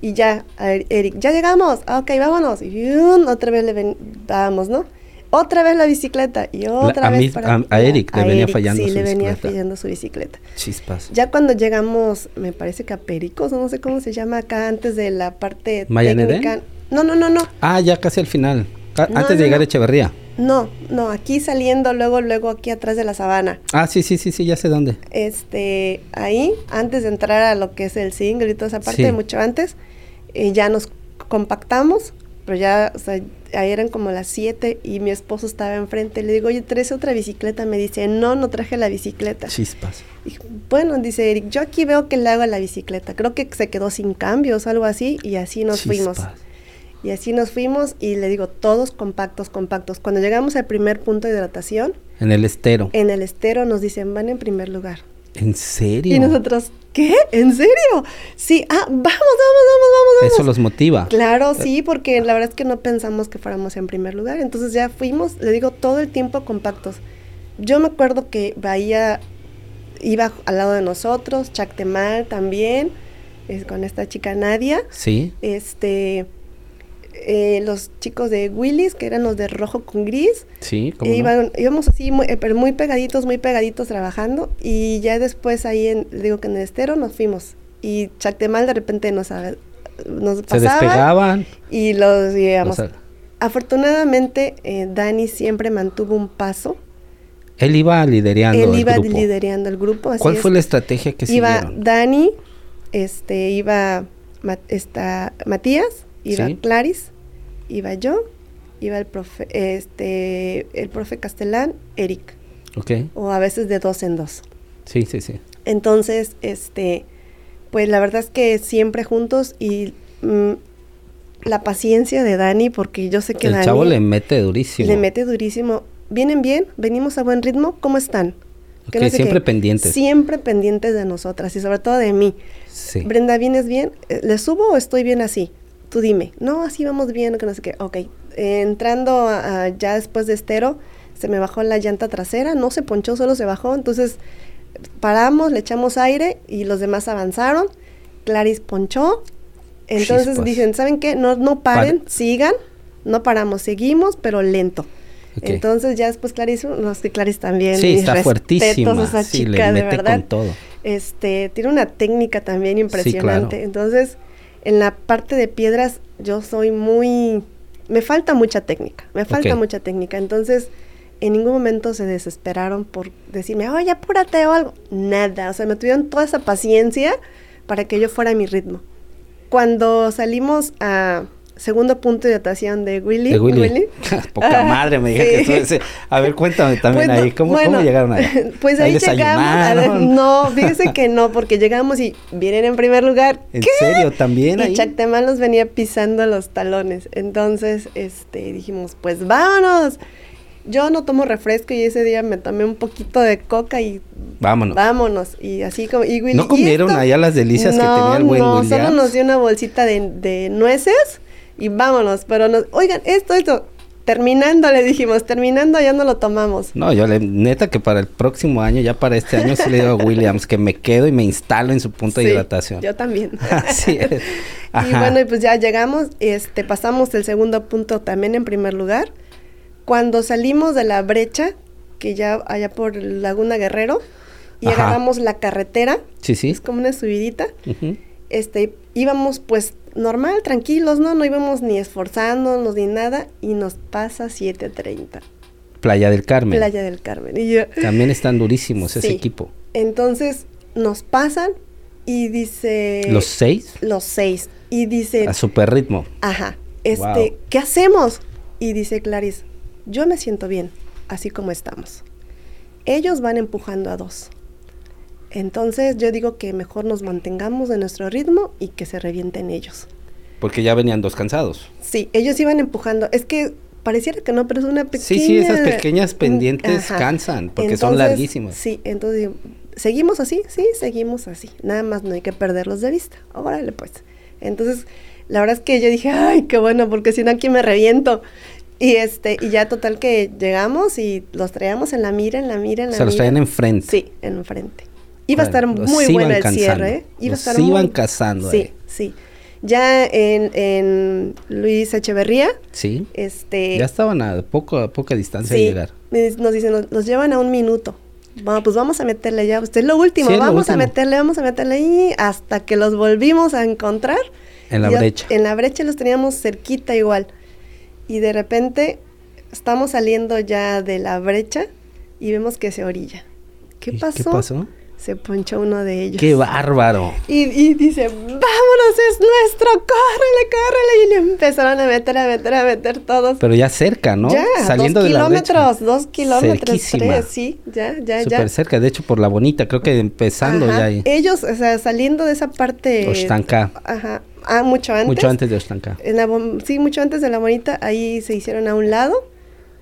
Speaker 3: Y ya, a ver, Eric, ya llegamos, Ah, ok, vámonos. Y um, otra vez le ven, vamos, ¿no? Otra vez la bicicleta y otra
Speaker 1: a
Speaker 3: vez
Speaker 1: mis- a- a Eric le venía fallando
Speaker 3: sí,
Speaker 1: su
Speaker 3: le venía
Speaker 1: bicicleta.
Speaker 3: fallando su bicicleta.
Speaker 1: Chispas.
Speaker 3: Ya cuando llegamos, me parece que a Pericos, no sé cómo se llama acá, antes de la parte
Speaker 1: ¿Mayan Edén?
Speaker 3: técnica. No, no, no, no.
Speaker 1: Ah, ya casi al final. ca-
Speaker 3: No,
Speaker 1: antes de
Speaker 3: no,
Speaker 1: llegar
Speaker 3: no.
Speaker 1: a Echeverría.
Speaker 3: No, no, aquí saliendo, luego, luego aquí atrás de la sabana.
Speaker 1: Ah, sí, sí, sí, sí, ya sé dónde.
Speaker 3: Este, ahí, antes de entrar a lo que es el single y toda esa parte,
Speaker 1: Sí.
Speaker 3: mucho antes, eh, ya nos compactamos, pero ya, o sea, ahí eran como las 7 y mi esposo estaba enfrente. Le digo, oye, ¿traes otra bicicleta? Me dice, no, no traje la bicicleta.
Speaker 1: Chispas.
Speaker 3: Dije, Bueno, dice Eric, yo aquí veo que le hago a la bicicleta. Creo que se quedó sin cambios, algo así, y así nos fuimos.
Speaker 1: Chispas.
Speaker 3: Y así nos fuimos, y le digo, todos compactos, compactos. Cuando llegamos al primer punto de hidratación,
Speaker 1: En el estero.
Speaker 3: en el estero nos dicen, van en primer lugar.
Speaker 1: ¿En serio?
Speaker 3: Y nosotros, ¿qué? ¿En serio? Sí, ah, vamos, vamos, vamos, vamos,
Speaker 1: Eso
Speaker 3: vamos.
Speaker 1: los motiva.
Speaker 3: Claro, sí, porque la verdad es que no pensamos que fuéramos en primer lugar. Entonces ya fuimos, le digo, todo el tiempo compactos. Yo me acuerdo que Bahía iba al lado de nosotros, Chactemal también, es con esta chica Nadia.
Speaker 1: Sí.
Speaker 3: Este, eh, los chicos de Willis, que eran los de rojo con gris,
Speaker 1: Sí,
Speaker 3: e
Speaker 1: como.
Speaker 3: iban- íbamos así, muy, eh, pero muy pegaditos, muy pegaditos trabajando. Y ya después ahí, en, digo que en el estero nos fuimos. Y Chactemal de repente nos, a- nos
Speaker 1: Se
Speaker 3: pasaba
Speaker 1: despegaban.
Speaker 3: y los llevamos.
Speaker 1: o sea,
Speaker 3: Afortunadamente, eh, Dani siempre mantuvo un paso.
Speaker 1: él iba liderando.
Speaker 3: Él
Speaker 1: el
Speaker 3: iba
Speaker 1: grupo.
Speaker 3: liderando el grupo. así
Speaker 1: ¿Cuál
Speaker 3: es.
Speaker 1: fue la estrategia que
Speaker 3: Iba
Speaker 1: siguieron?
Speaker 3: Dani, este, iba Ma- esta, Matías, iba
Speaker 1: Sí.
Speaker 3: Claris, iba yo, iba el profe, este, el profe Castellán, Eric,
Speaker 1: Ok.
Speaker 3: o a veces de dos en dos.
Speaker 1: Sí, sí, sí.
Speaker 3: Entonces, este, pues la verdad es que siempre juntos y mm, la paciencia de Dani, porque yo sé que
Speaker 1: El
Speaker 3: Dani
Speaker 1: chavo le mete durísimo.
Speaker 3: le mete durísimo. ¿Vienen bien? ¿Venimos a buen ritmo? ¿Cómo están? Que
Speaker 1: Ok,
Speaker 3: no sé
Speaker 1: siempre
Speaker 3: qué.
Speaker 1: pendientes.
Speaker 3: Siempre pendientes de nosotras y sobre todo de mí.
Speaker 1: Sí.
Speaker 3: Brenda, ¿vienes bien? Eh, ¿Le subo o estoy bien así? Tú dime. No, así vamos bien, que no sé qué. Ok. Eh, entrando a- a- ya después de estero, se me bajó la llanta trasera, no se ponchó, solo se bajó. Entonces paramos, le echamos aire y los demás avanzaron. Claris ponchó. Entonces
Speaker 1: Chispas.
Speaker 3: dicen, ¿saben qué? No, no paren,
Speaker 1: Para-
Speaker 3: sigan. No paramos, seguimos, pero lento.
Speaker 1: Ok.
Speaker 3: Entonces ya después Clarice, los que Clarice también.
Speaker 1: sí,
Speaker 3: mis
Speaker 1: está
Speaker 3: respetos
Speaker 1: fuertísima.
Speaker 3: a esa
Speaker 1: sí,
Speaker 3: chica,
Speaker 1: le
Speaker 3: de
Speaker 1: mete
Speaker 3: verdad.
Speaker 1: con todo.
Speaker 3: Este, tiene una técnica también impresionante.
Speaker 1: claro.
Speaker 3: Entonces, en la parte de piedras yo soy muy me falta mucha técnica, me falta
Speaker 1: Ok.
Speaker 3: mucha técnica. Entonces, en ningún momento se desesperaron por decirme, "Oye, apúrate" o algo. Nada, o sea, me tuvieron toda esa paciencia para que yo fuera a mi ritmo. Cuando salimos a segundo punto de hidratación de Willy,
Speaker 1: De Willy. [laughs] Poca
Speaker 3: Ah,
Speaker 1: madre, me dijeron
Speaker 3: sí.
Speaker 1: que estuve- A ver, cuéntame también
Speaker 3: Pues no,
Speaker 1: ahí. ¿Cómo,
Speaker 3: bueno,
Speaker 1: ¿Cómo llegaron ahí?
Speaker 3: [laughs] Pues ahí, llegamos. a ver,
Speaker 1: desayunaron. [laughs]
Speaker 3: no, fíjese que no, porque llegamos y vienen en primer lugar.
Speaker 1: ¿En
Speaker 3: ¿Qué?
Speaker 1: serio? ¿También ahí?
Speaker 3: Y Chactamal nos venía pisando los talones. Entonces, este, dijimos, pues vámonos. Yo no tomo refresco y ese día me tomé un poquito de coca y
Speaker 1: Vámonos.
Speaker 3: vámonos. Y así como. y Willy,
Speaker 1: ¿No
Speaker 3: ¿y
Speaker 1: comieron
Speaker 3: esto?
Speaker 1: allá las delicias que tenía el buen
Speaker 3: no, solo
Speaker 1: Williams?
Speaker 3: nos dio una bolsita de, de nueces y vámonos. Pero nos, oigan, esto, esto. Terminando, le dijimos, terminando ya no lo tomamos.
Speaker 1: No, yo le, neta que para el próximo año, ya para este año, sí le
Speaker 3: [laughs]
Speaker 1: digo a Williams que me quedo y me instalo en su punto de
Speaker 3: Sí,
Speaker 1: hidratación.
Speaker 3: Yo también.
Speaker 1: [laughs] Así es.
Speaker 3: [laughs] Y
Speaker 1: Ajá.
Speaker 3: bueno, y pues ya llegamos, este, pasamos el segundo punto también en primer lugar. Cuando salimos de la brecha, que ya allá por Laguna Guerrero, y
Speaker 1: Ajá.
Speaker 3: agarramos la carretera,
Speaker 1: Sí, sí.
Speaker 3: es como una subidita,
Speaker 1: Ujú.
Speaker 3: este, íbamos pues normal, tranquilos, ¿no? No íbamos ni esforzándonos ni nada y nos pasa 7.30.
Speaker 1: Playa del Carmen.
Speaker 3: Playa del Carmen. Y yo,
Speaker 1: [laughs] También están durísimos ese
Speaker 3: Sí.
Speaker 1: equipo.
Speaker 3: entonces nos pasan y dice...
Speaker 1: Los seis
Speaker 3: Los seis. Y dice,
Speaker 1: a super ritmo.
Speaker 3: ajá, este,
Speaker 1: Wow.
Speaker 3: ¿qué hacemos? Y dice Clarice, yo me siento bien, así como estamos. Ellos van empujando a dos. Entonces yo digo que mejor nos mantengamos de nuestro ritmo y que se revienten ellos.
Speaker 1: Porque ya venían dos cansados.
Speaker 3: Sí, ellos iban empujando. Es que pareciera que no, pero es una pequeña...
Speaker 1: Sí, sí, esas pequeñas pendientes
Speaker 3: Ajá.
Speaker 1: cansan, porque son
Speaker 3: Entonces,
Speaker 1: larguísimas.
Speaker 3: Sí, entonces seguimos así, sí, seguimos así. Nada más no hay que perderlos de vista. Órale, pues. Entonces, la verdad es que yo dije, ay, qué bueno, porque si no aquí me reviento. Y este, y ya total que llegamos y los traíamos en la mira, en la mira, en
Speaker 1: O
Speaker 3: la
Speaker 1: sea, los
Speaker 3: mira.
Speaker 1: traían enfrente.
Speaker 3: Sí, enfrente. Iba a
Speaker 1: Bueno,
Speaker 3: estar
Speaker 1: los
Speaker 3: muy
Speaker 1: iban
Speaker 3: bueno el
Speaker 1: cansando,
Speaker 3: cierre, ¿eh? Iba a
Speaker 1: los
Speaker 3: estar
Speaker 1: iban
Speaker 3: muy-
Speaker 1: cazando eh.
Speaker 3: Sí,
Speaker 1: ahí.
Speaker 3: sí. Ya en, en Luis Echeverría,
Speaker 1: Sí.
Speaker 3: este...
Speaker 1: ya estaban a, poco, a poca distancia
Speaker 3: Sí,
Speaker 1: de llegar.
Speaker 3: me- Nos dicen, nos, nos llevan a un minuto. Bueno, pues vamos a meterle ya. Usted es lo último,
Speaker 1: Sí, es lo
Speaker 3: vamos a
Speaker 1: último.
Speaker 3: meterle, vamos a meterle ahí hasta que los volvimos a encontrar.
Speaker 1: En la
Speaker 3: Ya-
Speaker 1: brecha.
Speaker 3: En la brecha los teníamos cerquita igual. Y de repente estamos saliendo ya de la brecha y vemos que se orilla. ¿Qué
Speaker 1: ¿Y
Speaker 3: pasó?
Speaker 1: ¿Qué pasó?
Speaker 3: Se ponchó uno de ellos.
Speaker 1: ¡Qué bárbaro!
Speaker 3: Y, y dice, vámonos, es nuestro, córrele, córrele. Y le empezaron a meter, a meter, a meter todos.
Speaker 1: Pero ya cerca, ¿no?
Speaker 3: Ya,
Speaker 1: Saliendo
Speaker 3: dos
Speaker 1: de la brecha.
Speaker 3: kilómetros, dos kilómetros,
Speaker 1: Cerquísima.
Speaker 3: tres, sí, ya, ya, ya.
Speaker 1: Súper cerca, de hecho por la bonita, creo que empezando
Speaker 3: Ajá, Eh,
Speaker 1: ya ahí.
Speaker 3: Ellos, o sea, saliendo de esa parte.
Speaker 1: Oxtanca.
Speaker 3: Ajá, ah, mucho antes.
Speaker 1: Mucho antes de Oxtanca.
Speaker 3: En la bom- sí, mucho antes de la bonita, ahí se hicieron a un lado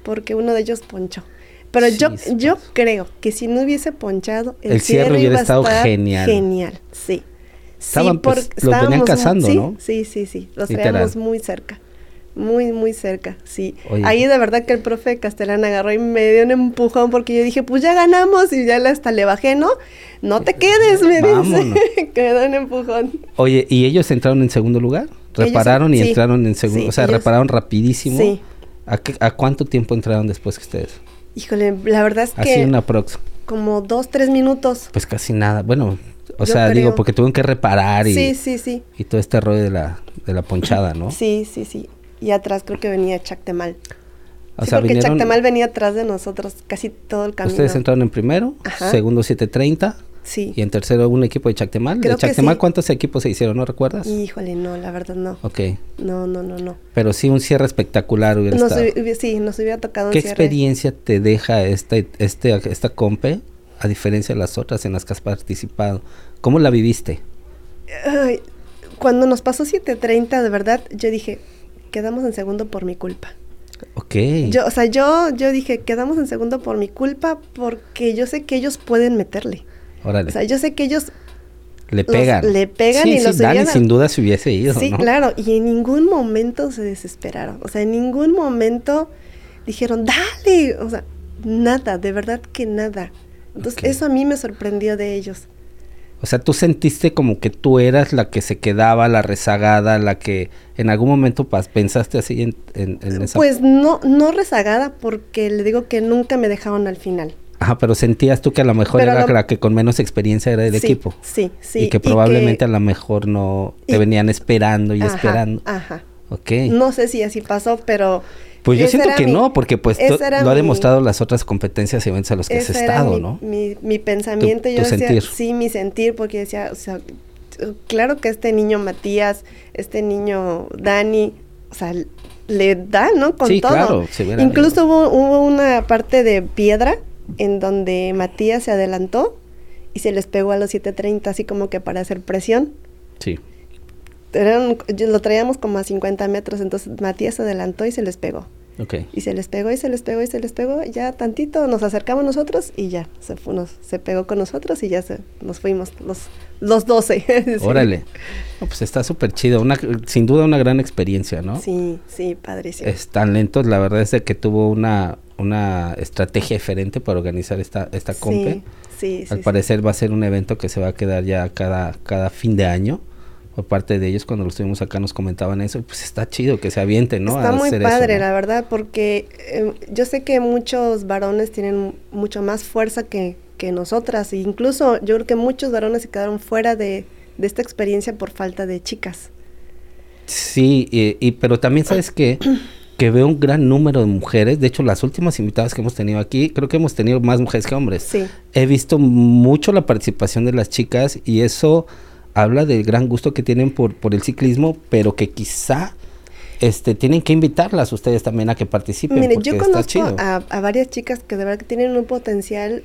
Speaker 3: porque uno de ellos ponchó. Pero yo,
Speaker 1: Chispas.
Speaker 3: yo creo que si no hubiese ponchado, el,
Speaker 1: El cierre hubiera
Speaker 3: iba a
Speaker 1: estado
Speaker 3: estar
Speaker 1: genial.
Speaker 3: Genial, sí.
Speaker 1: Estaban, pues,
Speaker 3: porque
Speaker 1: los venían
Speaker 3: estábamos mu-
Speaker 1: cazando,
Speaker 3: sí,
Speaker 1: ¿no?
Speaker 3: Sí, sí, sí. Los
Speaker 1: Literal.
Speaker 3: traíamos muy cerca. Muy, muy cerca, sí.
Speaker 1: Oye.
Speaker 3: Ahí de verdad que el profe Castellán agarró y me dio un empujón porque yo dije, pues ya ganamos y ya le- hasta le bajé, ¿no? No te quedes, me [laughs]
Speaker 1: Vámonos.
Speaker 3: dice. que me da un empujón.
Speaker 1: Oye, ¿y ellos entraron en segundo lugar?
Speaker 3: Ellos-
Speaker 1: ¿Repararon y
Speaker 3: sí,
Speaker 1: entraron en segundo?
Speaker 3: sí,
Speaker 1: o sea,
Speaker 3: ellos-
Speaker 1: repararon rapidísimo.
Speaker 3: Sí.
Speaker 1: ¿A, qué- a cuánto tiempo entraron después que ustedes?
Speaker 3: Híjole, la verdad es
Speaker 1: Así
Speaker 3: que
Speaker 1: una prox.
Speaker 3: como dos, tres minutos.
Speaker 1: Pues casi nada. Bueno, o
Speaker 3: Yo
Speaker 1: sea, digo,
Speaker 3: creo.
Speaker 1: porque tuvieron que reparar y,
Speaker 3: Sí, sí, sí.
Speaker 1: y todo este rollo de la, de la ponchada, ¿no?
Speaker 3: Sí, sí, sí. Y atrás creo que venía Chactemal.
Speaker 1: O
Speaker 3: sí,
Speaker 1: sea,
Speaker 3: porque
Speaker 1: vinieron-
Speaker 3: Chactemal venía atrás de nosotros casi todo el camino.
Speaker 1: Ustedes entraron en primero,
Speaker 3: Ajá.
Speaker 1: segundo 730
Speaker 3: Sí.
Speaker 1: y en tercero un equipo de Chactemal.
Speaker 3: Creo
Speaker 1: ¿De
Speaker 3: que
Speaker 1: Chactemal
Speaker 3: sí.
Speaker 1: cuántos equipos se hicieron? ¿No recuerdas?
Speaker 3: Híjole, no, la verdad no.
Speaker 1: Ok.
Speaker 3: No, no, no, no.
Speaker 1: Pero sí un cierre espectacular hubiera
Speaker 3: Nos
Speaker 1: estado.
Speaker 3: hubi- hubi- sí, nos hubiera tocado un
Speaker 1: ¿Qué
Speaker 3: cierre.
Speaker 1: experiencia te deja este, este, esta compe a diferencia de las otras en las que has participado? ¿Cómo la viviste?
Speaker 3: Ay, cuando nos pasó 7.30, de verdad, yo dije, quedamos en segundo por mi culpa.
Speaker 1: Ok.
Speaker 3: Yo, o sea, yo, yo dije, quedamos en segundo por mi culpa porque yo sé que ellos pueden meterle.
Speaker 1: Órale.
Speaker 3: O sea, yo sé que ellos
Speaker 1: le
Speaker 3: los-
Speaker 1: pegan.
Speaker 3: le pegan
Speaker 1: Sí,
Speaker 3: y
Speaker 1: sí,
Speaker 3: los
Speaker 1: Dani
Speaker 3: hubieran-
Speaker 1: sin duda se hubiese ido,
Speaker 3: Sí,
Speaker 1: ¿no?
Speaker 3: claro, y en ningún momento se desesperaron, o sea, en ningún momento dijeron, dale, o sea, nada, de verdad que nada. Entonces,
Speaker 1: Ok.
Speaker 3: eso a mí me sorprendió de ellos.
Speaker 1: O sea, tú sentiste como que tú eras la que se quedaba, la rezagada, la que en algún momento pas- pensaste así en, en- en esa...
Speaker 3: Pues no, no rezagada, porque le digo que nunca me dejaron al final.
Speaker 1: Ajá, pero sentías tú que a lo mejor
Speaker 3: Pero
Speaker 1: era
Speaker 3: lo-
Speaker 1: la que con menos experiencia era del
Speaker 3: Sí,
Speaker 1: equipo.
Speaker 3: Sí, sí.
Speaker 1: y que probablemente a
Speaker 3: la
Speaker 1: lo mejor no te
Speaker 3: y-
Speaker 1: venían esperando y esperando.
Speaker 3: Ajá. ah,
Speaker 1: Ok.
Speaker 3: No sé si así pasó, pero.
Speaker 1: Pues yo
Speaker 3: ese
Speaker 1: siento
Speaker 3: era
Speaker 1: que
Speaker 3: mi-
Speaker 1: no, porque pues tú-
Speaker 3: ese era
Speaker 1: lo ha
Speaker 3: mi-
Speaker 1: demostrado las otras competencias y eventos a los pues, que has
Speaker 3: ese era
Speaker 1: estado,
Speaker 3: mi,
Speaker 1: ¿no?
Speaker 3: Mi, mi pensamiento,
Speaker 1: Tu-
Speaker 3: yo
Speaker 1: tu
Speaker 3: decía,
Speaker 1: sentir.
Speaker 3: sí, mi sentir, porque decía, o sea, claro que este niño Matías, este niño Dani, o sea, le da, ¿no? Con
Speaker 1: Sí,
Speaker 3: todo.
Speaker 1: claro, se hubiera
Speaker 3: Incluso
Speaker 1: ido.
Speaker 3: hubo, hubo una parte de piedra en donde Matías se adelantó y se les pegó a los 7.30, así como que para hacer presión.
Speaker 1: Sí.
Speaker 3: Eran- yo- lo traíamos como a 50 metros, entonces Matías se adelantó y se les pegó.
Speaker 1: Ok.
Speaker 3: Y se les pegó y se les pegó y se les pegó. Ya tantito nos acercamos nosotros y ya se, fu- nos, se pegó con nosotros y ya se, nos fuimos los, los 12. [laughs] Sí.
Speaker 1: Órale. No, pues está súper chido. Una, sin duda una gran experiencia, ¿no?
Speaker 3: Sí, sí, padrísimo.
Speaker 1: Están lentos. La verdad es de que tuvo una, una estrategia diferente para organizar esta, esta compe.
Speaker 3: Sí, sí, sí.
Speaker 1: Al
Speaker 3: sí.
Speaker 1: parecer va a ser un evento que se va a quedar ya cada, cada fin de año. Por parte de ellos, cuando los tuvimos acá, nos comentaban eso. y Pues está chido que se avienten, ¿no?
Speaker 3: Está
Speaker 1: a
Speaker 3: muy
Speaker 1: hacer eso,
Speaker 3: padre,
Speaker 1: ¿no?
Speaker 3: la verdad, porque eh, yo sé que muchos varones tienen mucho más fuerza que, que nosotras. E incluso yo creo que muchos varones se quedaron fuera de, de esta experiencia por falta de chicas.
Speaker 1: Sí, y, y- pero también sabes
Speaker 3: [clears throat]
Speaker 1: que que veo un gran número de mujeres, de hecho las últimas invitadas que hemos tenido aquí, creo que hemos tenido más mujeres que hombres.
Speaker 3: Sí.
Speaker 1: He visto mucho la participación de las chicas y eso habla del gran gusto que tienen por, por el ciclismo, pero que quizá este tienen que invitarlas ustedes también a que participen
Speaker 3: Mire,
Speaker 1: porque
Speaker 3: yo
Speaker 1: está
Speaker 3: conozco
Speaker 1: chido.
Speaker 3: a, a varias chicas que de verdad que tienen un potencial,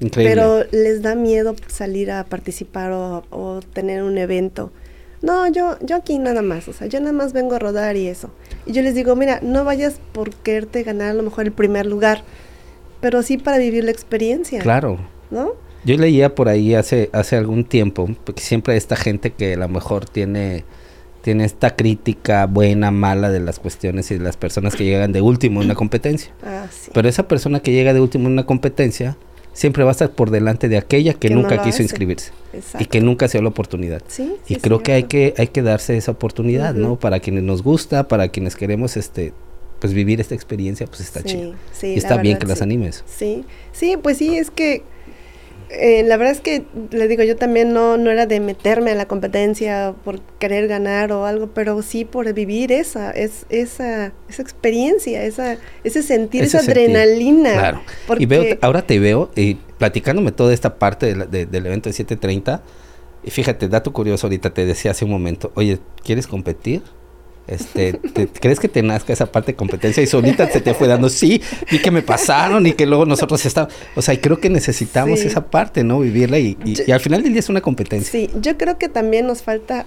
Speaker 1: Increíble.
Speaker 3: pero les da miedo salir a participar o, o tener un evento. No, yo, yo aquí nada más, o sea, yo nada más vengo a rodar y eso. Y yo les digo, mira, no vayas por quererte ganar a lo mejor el primer lugar, pero sí para vivir la experiencia.
Speaker 1: claro.
Speaker 3: ¿No?
Speaker 1: Yo leía por ahí hace, hace algún tiempo, porque siempre hay esta gente que a lo mejor tiene, tiene esta crítica buena, mala de las cuestiones y de las personas que llegan de último en una competencia.
Speaker 3: Ah, sí.
Speaker 1: Pero esa persona que llega de último en una competencia siempre va a estar por delante de aquella que,
Speaker 3: Que no
Speaker 1: nunca
Speaker 3: lo
Speaker 1: quiso
Speaker 3: hace.
Speaker 1: inscribirse
Speaker 3: Exacto.
Speaker 1: y que nunca se dio la oportunidad.
Speaker 3: Sí, sí,
Speaker 1: Y
Speaker 3: es
Speaker 1: creo que hay
Speaker 3: cierto.
Speaker 1: que hay que darse esa oportunidad, ¿no?
Speaker 3: Ujú.
Speaker 1: Para quienes nos gusta, para quienes queremos este pues vivir esta experiencia, pues está
Speaker 3: Sí,
Speaker 1: chido.
Speaker 3: sí,
Speaker 1: Y
Speaker 3: la
Speaker 1: está bien
Speaker 3: verdad,
Speaker 1: que las
Speaker 3: sí.
Speaker 1: animes.
Speaker 3: Sí, sí, pues sí, es que eh, la verdad es que, le digo, yo también no, no era de meterme a la competencia por querer ganar o algo, pero sí por vivir esa, es, esa, esa experiencia, esa, ese sentir,
Speaker 1: Ese
Speaker 3: esa
Speaker 1: sentir,
Speaker 3: adrenalina.
Speaker 1: Claro.
Speaker 3: Porque,
Speaker 1: Y veo, ahora te veo y platicándome toda esta parte de la- de- del evento de 730. Y fíjate, dato curioso, ahorita te decía hace un momento, oye, ¿quieres competir?
Speaker 3: [laughs]
Speaker 1: Este, ¿te- ¿Crees que te nazca esa parte de competencia? Y solita se te fue dando, sí, y que me pasaron y que luego nosotros estábamos. O sea, y creo que necesitamos
Speaker 3: Sí.
Speaker 1: esa parte, ¿no? Vivirla y, y-
Speaker 3: Yo-
Speaker 1: y al final del día es una competencia.
Speaker 3: sí, yo creo que también nos falta